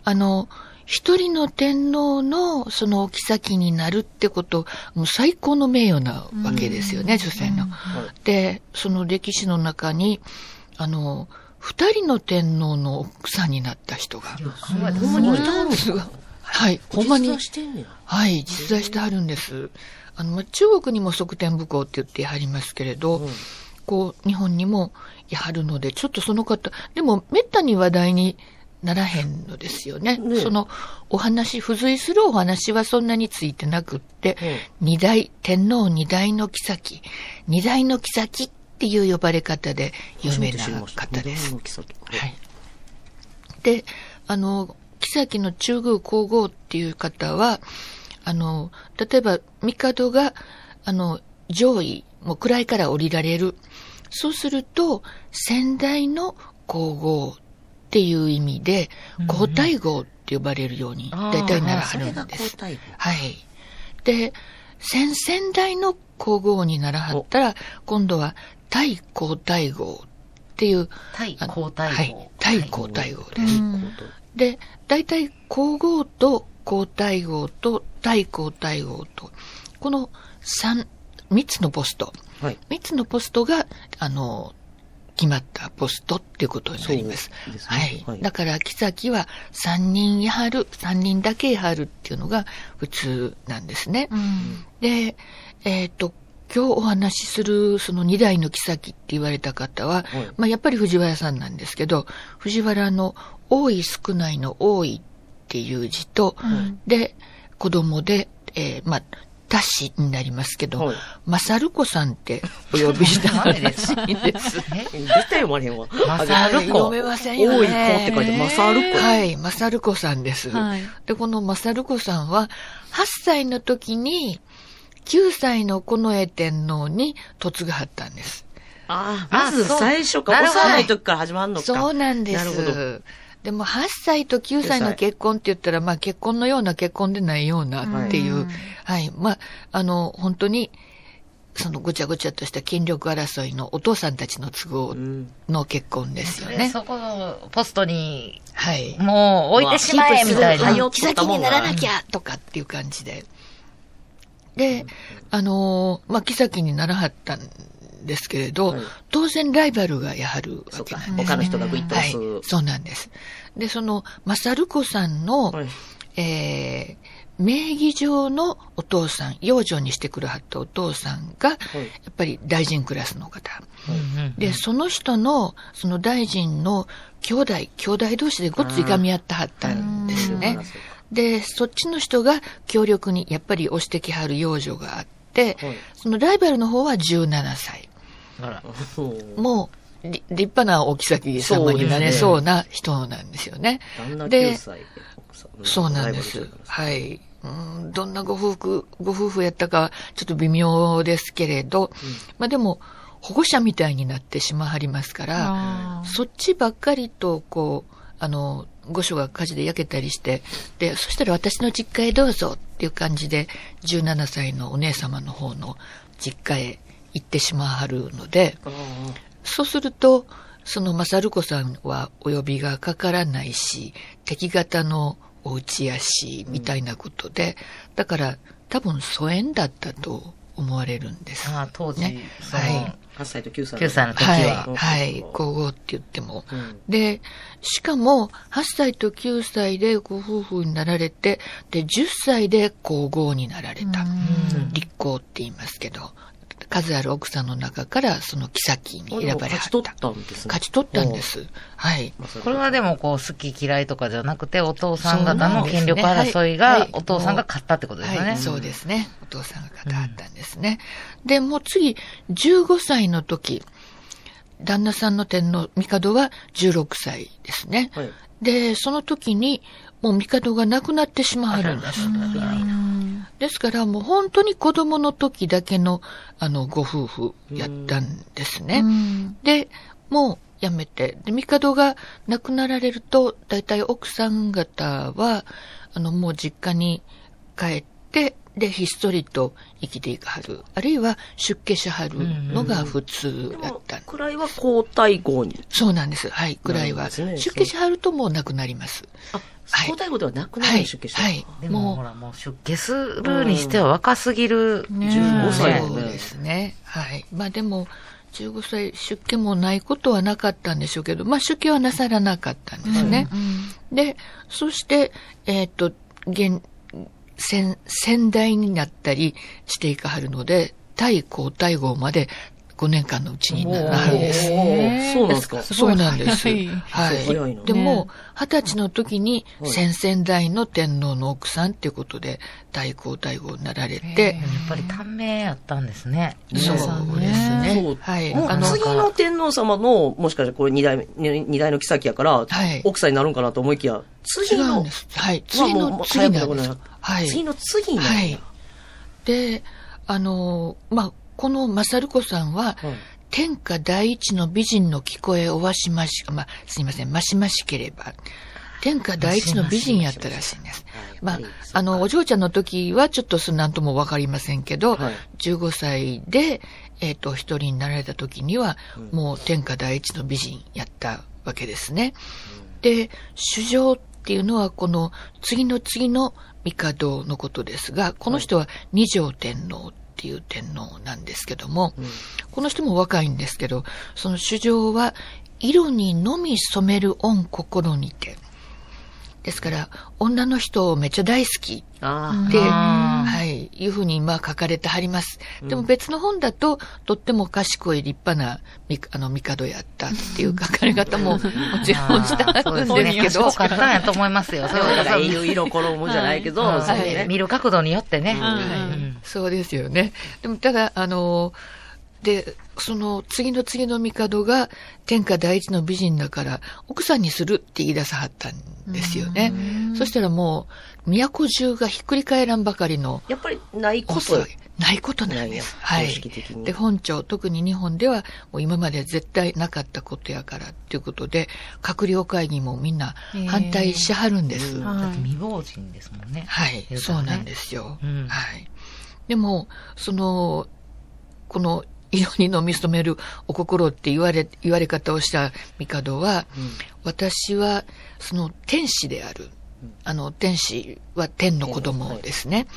[SPEAKER 6] あの、一人の天皇のその妃になるってこと、もう最高の名誉なわけですよね、女性の。で、その歴史の中に、あの、二人の天皇の奥さんになった人が。
[SPEAKER 4] すごい
[SPEAKER 6] ほんまにいたんですが。はい、ほんまに
[SPEAKER 3] 実。際してんねや。
[SPEAKER 6] はい、実在してあるんです。あの、まあ中国にも側天武功って言ってはりますけれど、
[SPEAKER 3] うん
[SPEAKER 6] こう、日本にもやはるので、ちょっとその方、でも、めったに話題にならへんのですよね。
[SPEAKER 3] ねえ
[SPEAKER 6] その、お話、付随するお話はそんなについてなくって、二代、天皇二代の妃、二代の妃っていう呼ばれ方で有名な方です。は。
[SPEAKER 3] はい
[SPEAKER 6] で、あの、妃の中宮皇后っていう方は、あの、例えば、帝が、あの、上位、もう位から降りられる。そうすると、先代の皇后っていう意味で、皇太后って呼ばれるように、
[SPEAKER 4] あー
[SPEAKER 6] 大体なら
[SPEAKER 3] そ
[SPEAKER 6] は
[SPEAKER 3] れ
[SPEAKER 6] る
[SPEAKER 3] が
[SPEAKER 6] んで
[SPEAKER 3] 交
[SPEAKER 6] す。
[SPEAKER 3] 代
[SPEAKER 6] はい。で、先々代の皇后にならはったら、今度は、対皇太后っていう、
[SPEAKER 4] 対
[SPEAKER 6] あの
[SPEAKER 4] 皇太
[SPEAKER 6] はい
[SPEAKER 4] 后。。
[SPEAKER 6] 対皇太后です。
[SPEAKER 5] うん
[SPEAKER 6] で、大体皇后と皇太后と対皇太后と、この三、三つのポスト。
[SPEAKER 3] はい。
[SPEAKER 6] 三つのポストが、あの、決まったポストっていうことになります。
[SPEAKER 3] そうですね
[SPEAKER 6] はい、
[SPEAKER 3] はい
[SPEAKER 6] だから、妃は三人やはる、三人だけやはるっていうのが普通なんですね。
[SPEAKER 5] うん
[SPEAKER 6] で、えっ、と、今日お話しする、その二代の妃って言われた方は、
[SPEAKER 3] はい
[SPEAKER 6] まあやっぱり藤原さんなんですけど、藤原の多い少ないの多いっていう字と、
[SPEAKER 5] うん
[SPEAKER 6] で、子供で、えーまあ、たしになりますけど、
[SPEAKER 3] はい
[SPEAKER 6] まさるこさん ってお呼び した
[SPEAKER 4] なん
[SPEAKER 6] ら
[SPEAKER 4] で
[SPEAKER 6] し
[SPEAKER 4] です
[SPEAKER 6] いです。
[SPEAKER 3] 絶対読まれへんわ。
[SPEAKER 4] まさる
[SPEAKER 6] 読
[SPEAKER 4] こ。
[SPEAKER 6] めませ
[SPEAKER 3] 多
[SPEAKER 6] ん
[SPEAKER 3] い子
[SPEAKER 6] よ
[SPEAKER 3] っ
[SPEAKER 6] ね。
[SPEAKER 3] て書いて、まさる子。
[SPEAKER 6] はい、まさるこさんです。
[SPEAKER 5] はい
[SPEAKER 6] で、このまさるこさんは、8歳の時に、9歳の近衛天皇に嫁がはったんです。
[SPEAKER 3] ああ、
[SPEAKER 4] あ
[SPEAKER 3] まず
[SPEAKER 4] そう
[SPEAKER 3] 最初か
[SPEAKER 4] な
[SPEAKER 3] ら、
[SPEAKER 4] るほど
[SPEAKER 3] 幼い時から始まるのか。
[SPEAKER 6] そうなんで
[SPEAKER 3] なるほど。
[SPEAKER 6] す。でも、8歳と9歳の結婚って言ったら、まあ、結婚のような結婚でないようなっていう、
[SPEAKER 5] うん
[SPEAKER 6] はい、まあ、あの、本当に、そのごちゃごちゃとした権力争いのお父さんたちの都合
[SPEAKER 3] うん。
[SPEAKER 6] の結婚ですよ
[SPEAKER 4] で
[SPEAKER 6] ね。
[SPEAKER 4] そこのポストに、
[SPEAKER 6] はい。
[SPEAKER 4] もう置いてしまえ、みたい
[SPEAKER 3] まあ
[SPEAKER 4] な。
[SPEAKER 3] キー
[SPEAKER 4] う
[SPEAKER 3] プ
[SPEAKER 6] 木先にならなきゃとかっていう感じで。で、あのーまあ、木先にならはったんですけれど、
[SPEAKER 3] はい
[SPEAKER 6] 当然ライバルがやはる
[SPEAKER 3] そ
[SPEAKER 6] わ
[SPEAKER 3] う
[SPEAKER 6] け
[SPEAKER 3] か
[SPEAKER 6] なんです。。
[SPEAKER 3] 他の人がグイッと押す。
[SPEAKER 6] はい、そうなんです。で、その、まさるこさんの、
[SPEAKER 3] はい
[SPEAKER 6] えー名義上のお父さん、養女にしてくるはったお父さんが、やっぱり大臣クラスの方。
[SPEAKER 4] んうん
[SPEAKER 6] で、その人の、その大臣の兄弟、兄弟同士でごっついがみ合ってはったんですね。で、そっちの人が強力にやっぱり押してきはる幼女があって、
[SPEAKER 3] はい
[SPEAKER 6] そのライバルの方は17歳。
[SPEAKER 4] ほら
[SPEAKER 3] そう
[SPEAKER 6] もう、り立派なお妃様になれそうな人なんですよね。
[SPEAKER 3] 旦那
[SPEAKER 6] で
[SPEAKER 3] 9歳。奥さん
[SPEAKER 6] そうなんで
[SPEAKER 3] ライ
[SPEAKER 6] す
[SPEAKER 3] バルじゃない。
[SPEAKER 6] はい。うんどんなご夫婦、ご夫婦やったかはちょっと微妙ですけれど、まあでも、保護者みたいになってしまはりますから、
[SPEAKER 5] あ
[SPEAKER 6] そっちばっかりと、こう、あの、御所が火事で焼けたりして、で、そしたら私の実家へどうぞっていう感じで、17歳のお姉様の方の実家へ行ってしまはるので、そうすると、その正子さんはお呼びがかからないし、敵方のお家やし、みたいなことで、だから多分疎遠だったと思われるんです。
[SPEAKER 4] まあ、当時、
[SPEAKER 6] ね
[SPEAKER 4] その
[SPEAKER 6] はい
[SPEAKER 3] 8歳と9歳
[SPEAKER 4] 9歳の時
[SPEAKER 6] はい、
[SPEAKER 4] は、
[SPEAKER 6] はい、皇后って言っても。
[SPEAKER 3] うん
[SPEAKER 6] で、しかも、8歳と9歳でご夫婦になられて、で、10歳で皇后になられた。立皇って言いますけど、数ある奥さんの中から、その妃に選ばれ
[SPEAKER 3] 勝
[SPEAKER 6] はっ
[SPEAKER 3] ち取
[SPEAKER 6] た
[SPEAKER 3] っ。たんですね。
[SPEAKER 6] 勝ち取ったんです。はい。
[SPEAKER 4] これはでもこう、好き嫌いとかじゃなくて、お父さん方
[SPEAKER 6] そうな
[SPEAKER 4] の
[SPEAKER 6] んで
[SPEAKER 4] 権
[SPEAKER 6] すね
[SPEAKER 4] 力争い
[SPEAKER 6] はいは
[SPEAKER 4] が
[SPEAKER 6] い、
[SPEAKER 4] お父さんが勝ったってことですよ
[SPEAKER 6] は
[SPEAKER 4] ね
[SPEAKER 6] い、。そうですね。お父さんが語ったんですね。で、もう次、15歳の時、旦那さんの天皇、帝は16歳ですね。
[SPEAKER 3] はい
[SPEAKER 6] で、その時に、もう帝が亡くなってしまうんです。ですから、もう本当に子供の時だけの、あの、ご夫婦やったんですね。
[SPEAKER 5] うん
[SPEAKER 6] で、もうやめて。で、帝が亡くなられると、大体奥さん方は、あの、もう実家に帰って、で、ひっそりと生きていかはる。あるいは出家しはるのが普通だった。
[SPEAKER 3] くらいは皇太后に。
[SPEAKER 6] そうなんです。はい。くら
[SPEAKER 3] な
[SPEAKER 6] い
[SPEAKER 3] る
[SPEAKER 6] は。
[SPEAKER 3] んですね
[SPEAKER 6] 出家しはるともう亡くなります。
[SPEAKER 3] あ、
[SPEAKER 6] はい
[SPEAKER 3] 皇太后ではなくな
[SPEAKER 6] は
[SPEAKER 3] る
[SPEAKER 6] い。
[SPEAKER 3] ん出家したの
[SPEAKER 6] は
[SPEAKER 3] か。
[SPEAKER 6] い。
[SPEAKER 4] でも、
[SPEAKER 6] も
[SPEAKER 4] ほ
[SPEAKER 6] う、
[SPEAKER 4] ら、もう出家するにしては若すぎる。
[SPEAKER 5] ね
[SPEAKER 3] 15歳
[SPEAKER 6] そう
[SPEAKER 3] だね
[SPEAKER 6] ですね。はい。まあでも、15歳出家もないことはなかったんでしょうけど、まあ出家はなさらなかったんですね。で、そして、えっ、と、現、先、先代になったりしていかはるので、対皇太后まで5年間のうちにななはるんです。
[SPEAKER 5] ね
[SPEAKER 3] そうなんですか。
[SPEAKER 6] そうなんです。
[SPEAKER 5] 早い
[SPEAKER 3] 早いな
[SPEAKER 6] はい。でも、二十歳の時に先々代の天皇の奥さんっていうことで、太皇太后になられて
[SPEAKER 4] や、っぱり短命やったんですね。
[SPEAKER 6] そうです
[SPEAKER 3] そ
[SPEAKER 6] ね
[SPEAKER 3] う。
[SPEAKER 6] はい。
[SPEAKER 3] も
[SPEAKER 6] あ
[SPEAKER 3] う
[SPEAKER 6] の、
[SPEAKER 3] 次の天皇様の、もしかしてこれ二代目、二代の妃やから、
[SPEAKER 6] はい
[SPEAKER 3] 奥さんになるんかなと思いきや、
[SPEAKER 6] 違
[SPEAKER 3] 次
[SPEAKER 6] う
[SPEAKER 3] の、
[SPEAKER 6] んです。はい。
[SPEAKER 3] まあ
[SPEAKER 6] 次
[SPEAKER 3] も
[SPEAKER 6] の
[SPEAKER 3] う
[SPEAKER 6] 次な
[SPEAKER 3] 早く
[SPEAKER 6] んで
[SPEAKER 3] な
[SPEAKER 6] す
[SPEAKER 3] くなる。
[SPEAKER 6] はい。
[SPEAKER 3] 次の次になるんだ。
[SPEAKER 6] はい。で、あの、まあ、この勝子さんは、天下第一の美人の聞こえおわしまし、まあ、すいません、ましましければ、天下第一の美人やったらしいんです。まあ、あの、お嬢ちゃんの時はちょっとそなんともわかりませんけど、
[SPEAKER 3] はい
[SPEAKER 6] 15歳で、えっ、と、一人になられた時には、もう天下第一の美人やったわけですね。で、主上っていうのはこの次の次の帝のことですが、この人は二条天皇っていう天皇なんですけども、この人も若いんですけど、その主上は色にのみ染める恩心にて。ですから、女の人をめっちゃ大好き
[SPEAKER 3] あ
[SPEAKER 6] で、
[SPEAKER 4] あー
[SPEAKER 6] はい、いうふうにまあ書かれてはります。でも別の本だと、とっても賢い立派なみ、あの、帝やったっていう書かれ方もも ちろんしたんです
[SPEAKER 4] そうですね。
[SPEAKER 6] けど
[SPEAKER 4] 賢、かったんやと思いますよ。そ
[SPEAKER 3] あ。
[SPEAKER 4] れは
[SPEAKER 3] だ
[SPEAKER 4] だ
[SPEAKER 3] か
[SPEAKER 4] からら
[SPEAKER 3] いう色衣じゃないけど、
[SPEAKER 4] うん
[SPEAKER 3] そう
[SPEAKER 4] はい
[SPEAKER 3] ね。
[SPEAKER 4] 見る角度によってね。
[SPEAKER 6] はいそうですよね。でも、ただ、あの、で、その、次の次の帝が、天下第一の美人だから、奥さんにするって言い出さはったんですよね。そしたらもう、都中がひっくり返らんばかりの、
[SPEAKER 3] やっぱりないこ
[SPEAKER 6] こと
[SPEAKER 3] そ
[SPEAKER 6] は、ないことなん
[SPEAKER 3] ない
[SPEAKER 6] で
[SPEAKER 3] よ
[SPEAKER 6] す。はい
[SPEAKER 3] 常識的に。
[SPEAKER 6] で、本庁、特に日本では、もう今まで絶対なかったことやからっていうことで、閣僚会議もみんな反対しはるんです。
[SPEAKER 4] だって未亡人ですもんね。
[SPEAKER 6] はい、
[SPEAKER 4] 言うた
[SPEAKER 6] そ
[SPEAKER 4] ら
[SPEAKER 6] う
[SPEAKER 4] ね
[SPEAKER 6] なんですよ。
[SPEAKER 4] うん
[SPEAKER 6] はい。でも、その、この、色に飲み染めるお心って言われ、言われ方をした帝は、私は、その、天使である。あの、天使は天の子供ですね。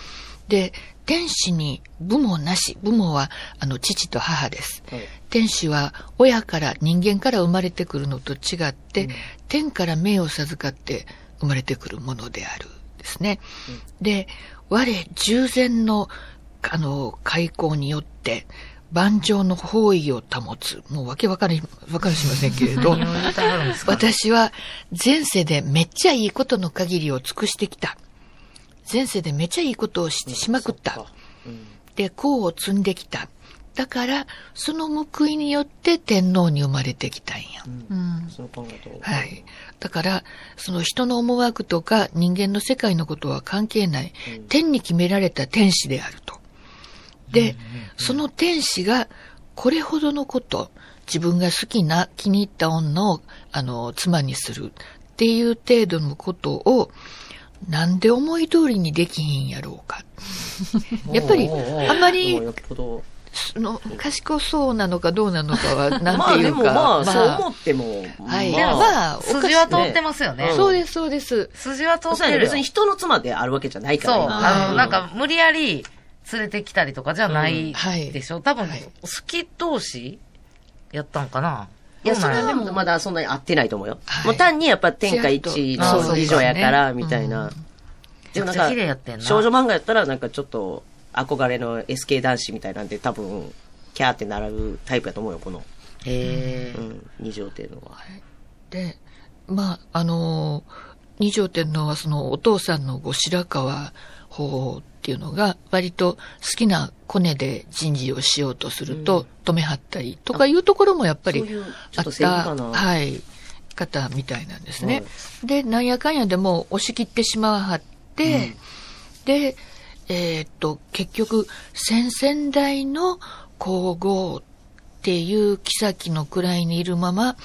[SPEAKER 6] で、天使に部もなし。部もは、あの、父と母です。天使は親から人間から生まれてくるのと違って、天から命を授かって生まれてくるものであるですね。で、我従前のあの開口によって万丈の方位を保つ。もうわけわかり、わかりしませんけれど。
[SPEAKER 4] 何を言うてはるんですか
[SPEAKER 6] 私は前世でめっちゃいいことの限りを尽くしてきた。前世でめっちゃいいことをししまくった。で、功を積んできた。だから、その報いによって天皇に生まれてきたんや。
[SPEAKER 5] うん。
[SPEAKER 3] その考えとこ
[SPEAKER 6] はい。だから、その人の思惑とか人間の世界のことは関係ない。天に決められた天使であると。で、その天使がこれほどのこと、自分が好きな気に入った女を、あの、妻にするっていう程度のことを、なんで思い通りにできひんや ろうか。やっぱり、
[SPEAKER 3] おうおうおう
[SPEAKER 6] あんまり
[SPEAKER 3] もうよっぽど
[SPEAKER 6] その、賢そうなのかどうなのかは、
[SPEAKER 3] ま
[SPEAKER 6] な
[SPEAKER 3] あ
[SPEAKER 6] んてい
[SPEAKER 3] で
[SPEAKER 6] う
[SPEAKER 3] も
[SPEAKER 6] か。
[SPEAKER 3] まあ、そう思っても、
[SPEAKER 6] はい。
[SPEAKER 3] まあ、
[SPEAKER 6] まあ、おかし
[SPEAKER 4] 筋は通ってますよね。
[SPEAKER 3] うん
[SPEAKER 6] そうです、そうです。
[SPEAKER 4] 筋は通
[SPEAKER 3] そう
[SPEAKER 4] っ
[SPEAKER 3] そうや
[SPEAKER 4] て
[SPEAKER 3] ね
[SPEAKER 4] るよ。
[SPEAKER 3] 別に人の妻であるわけじゃないか
[SPEAKER 4] そう。
[SPEAKER 3] ら。
[SPEAKER 4] あ
[SPEAKER 3] う
[SPEAKER 4] の、
[SPEAKER 3] ん
[SPEAKER 4] なんか、無理やり連れてきたりとかじゃない
[SPEAKER 6] はい
[SPEAKER 4] でしょ。多分、
[SPEAKER 6] はい
[SPEAKER 4] 好き同士やったんかな。
[SPEAKER 3] いや、
[SPEAKER 4] どう
[SPEAKER 3] そ
[SPEAKER 4] なん
[SPEAKER 3] れ
[SPEAKER 4] や
[SPEAKER 3] はでもまだそんなに合ってないと思うよ。
[SPEAKER 6] はい
[SPEAKER 3] もう単にやっぱ天下一
[SPEAKER 6] そう
[SPEAKER 3] の
[SPEAKER 6] そう
[SPEAKER 3] 美女やから、みたいな。
[SPEAKER 4] めっちゃ綺麗やってんな。
[SPEAKER 3] 少女漫画やったらなんかちょっと憧れの SK 男子みたいなんで多分、キャーって並ぶタイプやと思うよ、この。
[SPEAKER 4] へ
[SPEAKER 3] う
[SPEAKER 4] ー
[SPEAKER 3] ん、二条っていうのは。
[SPEAKER 6] で、まあ、あのー、二条天皇はそのお父さんの後白河法皇っていうのが、割と好きなコネで人事をしようとすると、止めはったりとかいうところもやっぱり
[SPEAKER 3] そういうちょ
[SPEAKER 6] あ
[SPEAKER 3] っ
[SPEAKER 6] っ
[SPEAKER 3] と正義
[SPEAKER 6] た、
[SPEAKER 3] かな
[SPEAKER 6] はい、方みたいなんですね。で、なんやかんやでもう押し切ってしまわはって、で、えーっと、結局、先々代の皇后っていう妃の位にいるまま、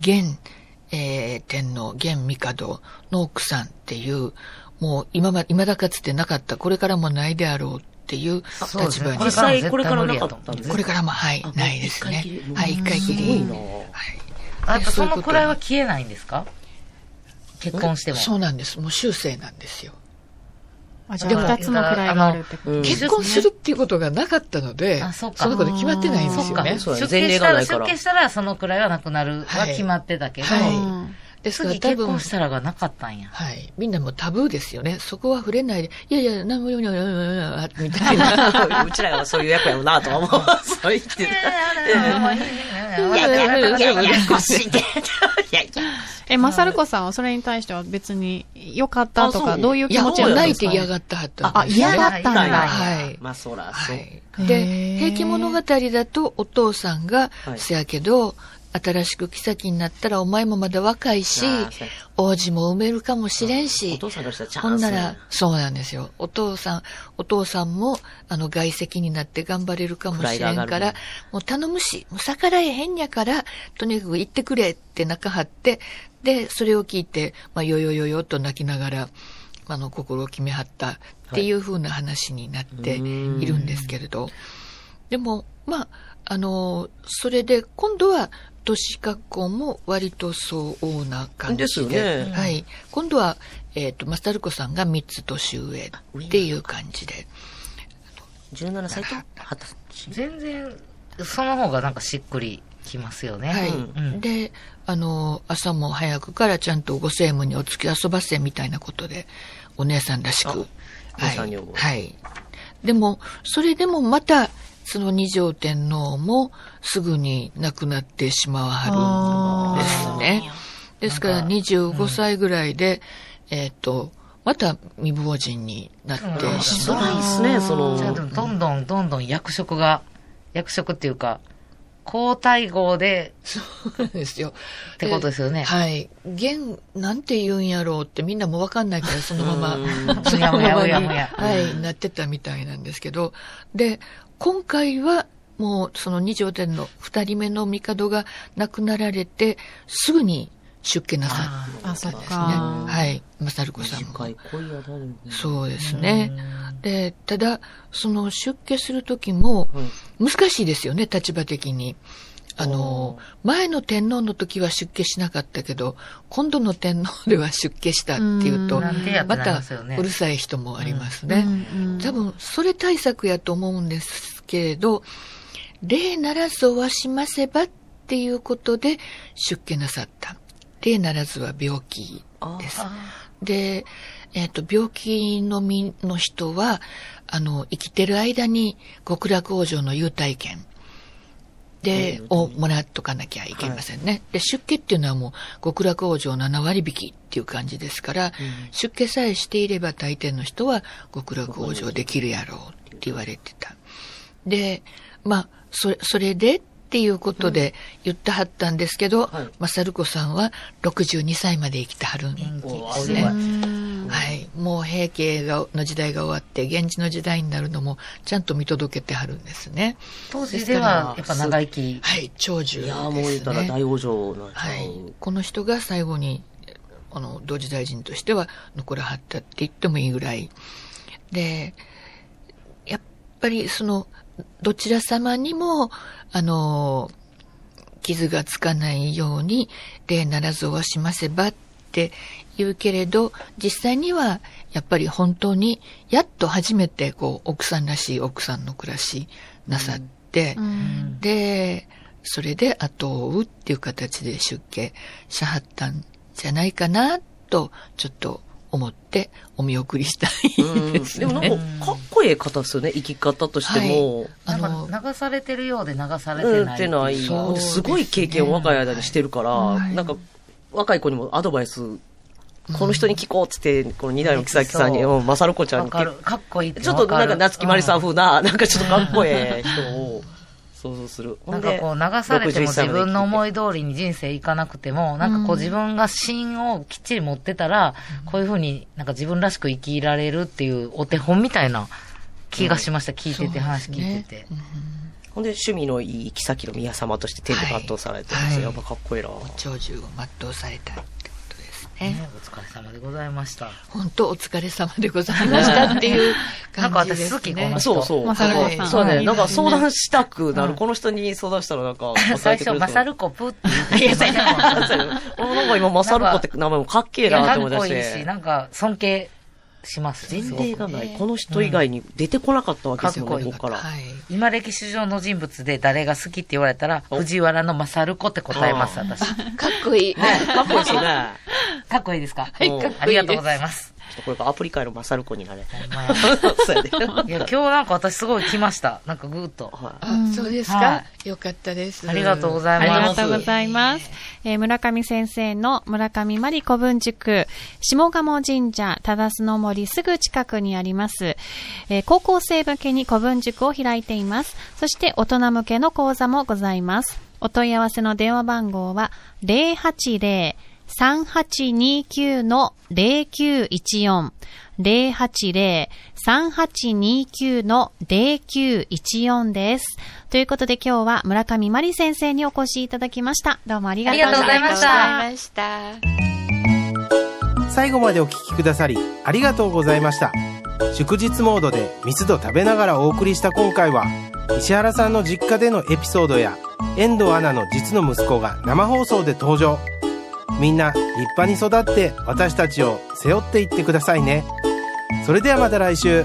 [SPEAKER 6] 現、えー天皇、現帝の奥さんっていう、もう今ま、今だかつてなかった、これからもないであろうっていう
[SPEAKER 4] そうです
[SPEAKER 6] 立
[SPEAKER 4] ね
[SPEAKER 6] 場に
[SPEAKER 3] 実、際これからなかったんです
[SPEAKER 6] これからも、はい
[SPEAKER 3] あ、
[SPEAKER 6] ないですね
[SPEAKER 3] 一回きり。
[SPEAKER 6] はい、一回き
[SPEAKER 3] すごい
[SPEAKER 6] り。
[SPEAKER 3] な
[SPEAKER 6] はい
[SPEAKER 4] あやっぱそ
[SPEAKER 6] そういうこ
[SPEAKER 4] の
[SPEAKER 6] と
[SPEAKER 4] くらいは消えないんですか結婚しても。
[SPEAKER 6] そうなんです。もう終生なんですよ。
[SPEAKER 5] あ、じゃ
[SPEAKER 4] でも
[SPEAKER 5] あ二つの位があるってこと
[SPEAKER 3] うん
[SPEAKER 6] 結婚するっていうことがなかったので、
[SPEAKER 4] あそ
[SPEAKER 6] そう
[SPEAKER 4] か
[SPEAKER 6] のこと決まってないんで
[SPEAKER 4] そ
[SPEAKER 6] す
[SPEAKER 4] っ
[SPEAKER 6] よ
[SPEAKER 4] か。
[SPEAKER 6] ね。
[SPEAKER 3] そうや
[SPEAKER 4] 出
[SPEAKER 3] ね前例
[SPEAKER 4] 家し
[SPEAKER 3] が
[SPEAKER 4] たら、
[SPEAKER 3] ないか
[SPEAKER 4] 出
[SPEAKER 3] ら
[SPEAKER 4] 家したらそのくらいはなくなるは決まってたけど、
[SPEAKER 6] はいはい
[SPEAKER 5] うん
[SPEAKER 6] ですから
[SPEAKER 4] 次
[SPEAKER 6] 多
[SPEAKER 4] 結
[SPEAKER 6] 分
[SPEAKER 4] 婚、したらがなかったんや。
[SPEAKER 6] はい。みんなもうタブーですよね。そこは触れないで、いやいや、何も言うのよ、み たいな。
[SPEAKER 3] うちらがそういう役やろうなとは思う。そう言って
[SPEAKER 4] い
[SPEAKER 6] やいやいやいやいや
[SPEAKER 3] しいで。いやいや。
[SPEAKER 5] え、まさるこさんはそれに対しては別に良かったと
[SPEAKER 3] あそ
[SPEAKER 5] か、
[SPEAKER 3] う
[SPEAKER 5] どういう
[SPEAKER 6] い
[SPEAKER 5] 気
[SPEAKER 6] や、
[SPEAKER 5] 持
[SPEAKER 6] も
[SPEAKER 5] ち
[SPEAKER 6] う
[SPEAKER 5] な
[SPEAKER 6] 泣
[SPEAKER 5] んで
[SPEAKER 6] い
[SPEAKER 5] す
[SPEAKER 6] て
[SPEAKER 5] かね
[SPEAKER 6] 嫌がったはったん
[SPEAKER 5] あ、
[SPEAKER 6] ですよ
[SPEAKER 5] 嫌
[SPEAKER 6] ね
[SPEAKER 5] がったんだ。
[SPEAKER 6] はい。
[SPEAKER 3] まあそら、
[SPEAKER 6] は
[SPEAKER 3] そう。
[SPEAKER 6] い。
[SPEAKER 5] へ
[SPEAKER 6] で
[SPEAKER 5] ー、
[SPEAKER 6] 平家物語だとお父さんが、
[SPEAKER 3] はい
[SPEAKER 6] せやけど、新しく妃になったらお前もまだ若いし
[SPEAKER 3] あーそうや、
[SPEAKER 6] 王子も産めるかもしれんし、
[SPEAKER 3] お父さんからしたらチ
[SPEAKER 6] ほ
[SPEAKER 3] ャ
[SPEAKER 6] ん
[SPEAKER 3] ンス
[SPEAKER 6] な
[SPEAKER 3] や。
[SPEAKER 6] ら、そうなんですよ。お父さん、お父さんも、あの、外籍になって頑張れるかもしれ
[SPEAKER 3] 位が
[SPEAKER 6] ん
[SPEAKER 3] 上
[SPEAKER 6] か
[SPEAKER 3] がる
[SPEAKER 6] ら
[SPEAKER 3] ね、
[SPEAKER 6] もう頼むし、もう逆らえへんやから、とにかく行ってくれって中張って、で、それを聞いて、まあ、よよよよと泣きながら、あの、心を決めはったっていう風な話になっているんですけれど。でも、まあ、あの、それで、今度は、都市学校も割と相応な感じで。
[SPEAKER 3] ですよね
[SPEAKER 6] はい。今度は、えっ、と、マスタルコさんが3つ年上っていう感じで。
[SPEAKER 3] 17歳と二十歳。
[SPEAKER 4] 全然、その方がなんかしっくりきますよね。
[SPEAKER 6] はい、
[SPEAKER 4] うん
[SPEAKER 6] で、あの、朝も早くからちゃんとご専務にお付き遊ばせみたいなことで、お姉さんらしく。
[SPEAKER 3] あお姉さ
[SPEAKER 6] は
[SPEAKER 3] ん
[SPEAKER 6] い
[SPEAKER 3] 女房。
[SPEAKER 6] はい。でも、それでもまた、その二条天皇もすぐに亡くなってしまわはるんですね。ですから25歳ぐらいで、えっ、と、また未亡人になってしまう。
[SPEAKER 3] 辛いっすね、そ
[SPEAKER 4] じゃあで
[SPEAKER 3] の。
[SPEAKER 4] もどんどんどんどん役職が、役職っていうか、交代号で、
[SPEAKER 6] そうですよ。
[SPEAKER 4] ってことですよね
[SPEAKER 6] はい。現、なんて言うんやろうってみんなもわかんないから、そのまま、そ
[SPEAKER 4] むや
[SPEAKER 6] のま
[SPEAKER 4] む
[SPEAKER 6] ま
[SPEAKER 4] や
[SPEAKER 6] に、
[SPEAKER 4] むやむや
[SPEAKER 6] はい、なってたみたいなんですけど、で、今回は、もう、その二条天の二人目の帝が亡くなられて、すぐに出家なさっ
[SPEAKER 5] あ、そった
[SPEAKER 6] んですね。
[SPEAKER 5] か。
[SPEAKER 6] はい。正子さんも
[SPEAKER 3] 短。い恋やな、でも
[SPEAKER 6] そうですね。で、ただ、その出家する時も、難しいですよね、立場的に。あの、前の天皇の時は出家しなかったけど、今度の天皇では出家したっていうと、
[SPEAKER 5] うん
[SPEAKER 4] なんでやって
[SPEAKER 6] ま
[SPEAKER 4] なり
[SPEAKER 6] た
[SPEAKER 4] ますよね
[SPEAKER 6] うるさい人もあります
[SPEAKER 5] う
[SPEAKER 6] ね。
[SPEAKER 5] んうん
[SPEAKER 6] 多分、それ対策やと思うんですけれど、礼ならずおはしませばっていうことで出家なさった。礼ならずは病気です。で、えっ、と、病気のみの人は、あの、生きてる間に極楽往生の優待券で、をもらっとかなきゃいけませんね。で、出家っていうのはもう極楽往生7割引きっていう感じですから、出家さえしていれば大抵の人は極楽往生できるやろうって言われてた。で、まあ、それ、それでっていうことで言ってはったんですけど、
[SPEAKER 3] はい
[SPEAKER 6] まさる子さんは62歳まで生きてはるんですね。はい。もう平家がの時代が終わって、源氏の時代になるのもちゃんと見届けてはるんですね。
[SPEAKER 4] 当時では、やっぱ長生き。
[SPEAKER 6] はい、長
[SPEAKER 3] い
[SPEAKER 6] 寿で
[SPEAKER 3] や
[SPEAKER 6] すね。
[SPEAKER 3] ーもう言ったら大往生の、
[SPEAKER 6] はい、この人が最後にあの同時大臣としては残らはったって言ってもいいぐらいでやっぱりそのどちら様にもあの傷がつかないように礼ならずはしませばって言うけれど実際にはやっぱり本当にやっと初めてこう奥さんらしい奥さんの暮らしなさって、
[SPEAKER 5] うん
[SPEAKER 6] で、それで後を追うっていう形で出家しはったんじゃないかなと、ちょっと思ってお見送りした
[SPEAKER 3] うん
[SPEAKER 6] いです
[SPEAKER 3] で
[SPEAKER 6] ね。
[SPEAKER 3] もなんかかっこええ方ですよね生き方としても、
[SPEAKER 6] あ
[SPEAKER 4] なん
[SPEAKER 6] の、
[SPEAKER 4] か流されてるようで流され
[SPEAKER 3] う
[SPEAKER 4] て
[SPEAKER 3] ん
[SPEAKER 4] な
[SPEAKER 3] っ
[SPEAKER 4] い。
[SPEAKER 3] てない
[SPEAKER 6] そうです
[SPEAKER 3] す
[SPEAKER 6] ね
[SPEAKER 3] ごい経験を若い間にしてるから、
[SPEAKER 6] い
[SPEAKER 3] なんか若い子にもアドバイスこの人に聞こうっつって、この二代の木崎さんに、
[SPEAKER 4] そう
[SPEAKER 3] うん、まさる子ちゃん
[SPEAKER 4] わ
[SPEAKER 3] に
[SPEAKER 4] かる。かっこいいって
[SPEAKER 3] ちょっとなんか夏木マリさん風
[SPEAKER 4] 風
[SPEAKER 3] な、なんかちょっとかっこええ 人を想像する。
[SPEAKER 4] なんかこう流されても自分の思い通りに人生いかなくても、なんかこう自分が芯をきっちり持ってたら、こういうふうになんか自分らしく生きられるっていうお手本みたいな気がしました。聞いてて、話聞いてて。
[SPEAKER 3] ほんで趣味のいい木崎の宮様として天で抜刀されてるんですよ。
[SPEAKER 6] はい
[SPEAKER 3] やっぱかっこいいな。
[SPEAKER 6] 長寿を全うされたってことですね。
[SPEAKER 4] ねお疲れ様でございました。
[SPEAKER 6] 本当お疲れ様でございましたっていう
[SPEAKER 4] なんか
[SPEAKER 6] 感じで
[SPEAKER 4] 私
[SPEAKER 6] す
[SPEAKER 4] 好き、こ
[SPEAKER 6] ね。
[SPEAKER 4] の人。
[SPEAKER 3] そうそう。
[SPEAKER 5] まさる子さん
[SPEAKER 3] そう
[SPEAKER 5] は
[SPEAKER 3] ね。
[SPEAKER 5] い
[SPEAKER 3] なんか相談したくなる。この人に相談したらなんか、
[SPEAKER 4] 最初、マサ
[SPEAKER 3] る。
[SPEAKER 4] ルコプって言ってた。
[SPEAKER 3] 俺なんか今、マサル子って名前もかっけえ
[SPEAKER 4] いや
[SPEAKER 3] なって
[SPEAKER 4] か
[SPEAKER 3] 思
[SPEAKER 4] っ
[SPEAKER 3] い出
[SPEAKER 4] こ
[SPEAKER 3] し
[SPEAKER 4] いいし、
[SPEAKER 3] て。
[SPEAKER 4] なんか尊敬します。
[SPEAKER 3] 前
[SPEAKER 4] すご
[SPEAKER 3] 例
[SPEAKER 4] く
[SPEAKER 3] がない。この人以外に出てこなかったわけですよ
[SPEAKER 4] かっこい
[SPEAKER 3] ね、
[SPEAKER 4] い
[SPEAKER 3] ここから。
[SPEAKER 6] はい。
[SPEAKER 4] 今歴史上の人物で誰が好きって言われたら、藤原の勝子って答えます、
[SPEAKER 3] あ
[SPEAKER 4] 私。
[SPEAKER 6] かっこいい。
[SPEAKER 3] かっこいいですよね。
[SPEAKER 4] かっこいいですか
[SPEAKER 3] いかっこいいです
[SPEAKER 4] ありがとうございます。
[SPEAKER 3] ちょっとこれからアプリ界のマサルコになれ。
[SPEAKER 4] ほんまや
[SPEAKER 3] そうやで。
[SPEAKER 4] いや、今日なんか私すごい来ました。なんかグーッと。
[SPEAKER 3] は
[SPEAKER 6] あそうです
[SPEAKER 4] は
[SPEAKER 6] か。よかったです。
[SPEAKER 4] ありがとうござ
[SPEAKER 5] あ
[SPEAKER 4] い
[SPEAKER 5] り
[SPEAKER 4] ま
[SPEAKER 5] が
[SPEAKER 4] す。
[SPEAKER 5] とうございます。えー村上先生の村上真理古文塾、下鴨神社、忠須の森すぐ近くにあります、えー高校生向けに古文塾を開いています。そして大人向けの講座もございます。お問い合わせの電話番号は080 3829-0914 080-3829-0914です。ということで今日は村上真理先生にお越しいただきました。どうもありがとうござ
[SPEAKER 4] あ
[SPEAKER 5] いました。
[SPEAKER 4] りがとうございました
[SPEAKER 6] ありがとうございました。
[SPEAKER 2] 最後までお聞きくださりありがとうございました祝日モードで密度食べながらお送りした今回は石原さんの実家でのエピソードや遠藤アナの実の息子が生放送で登場みんな立派に育って私たちを背負っていってくださいねそれではまた来週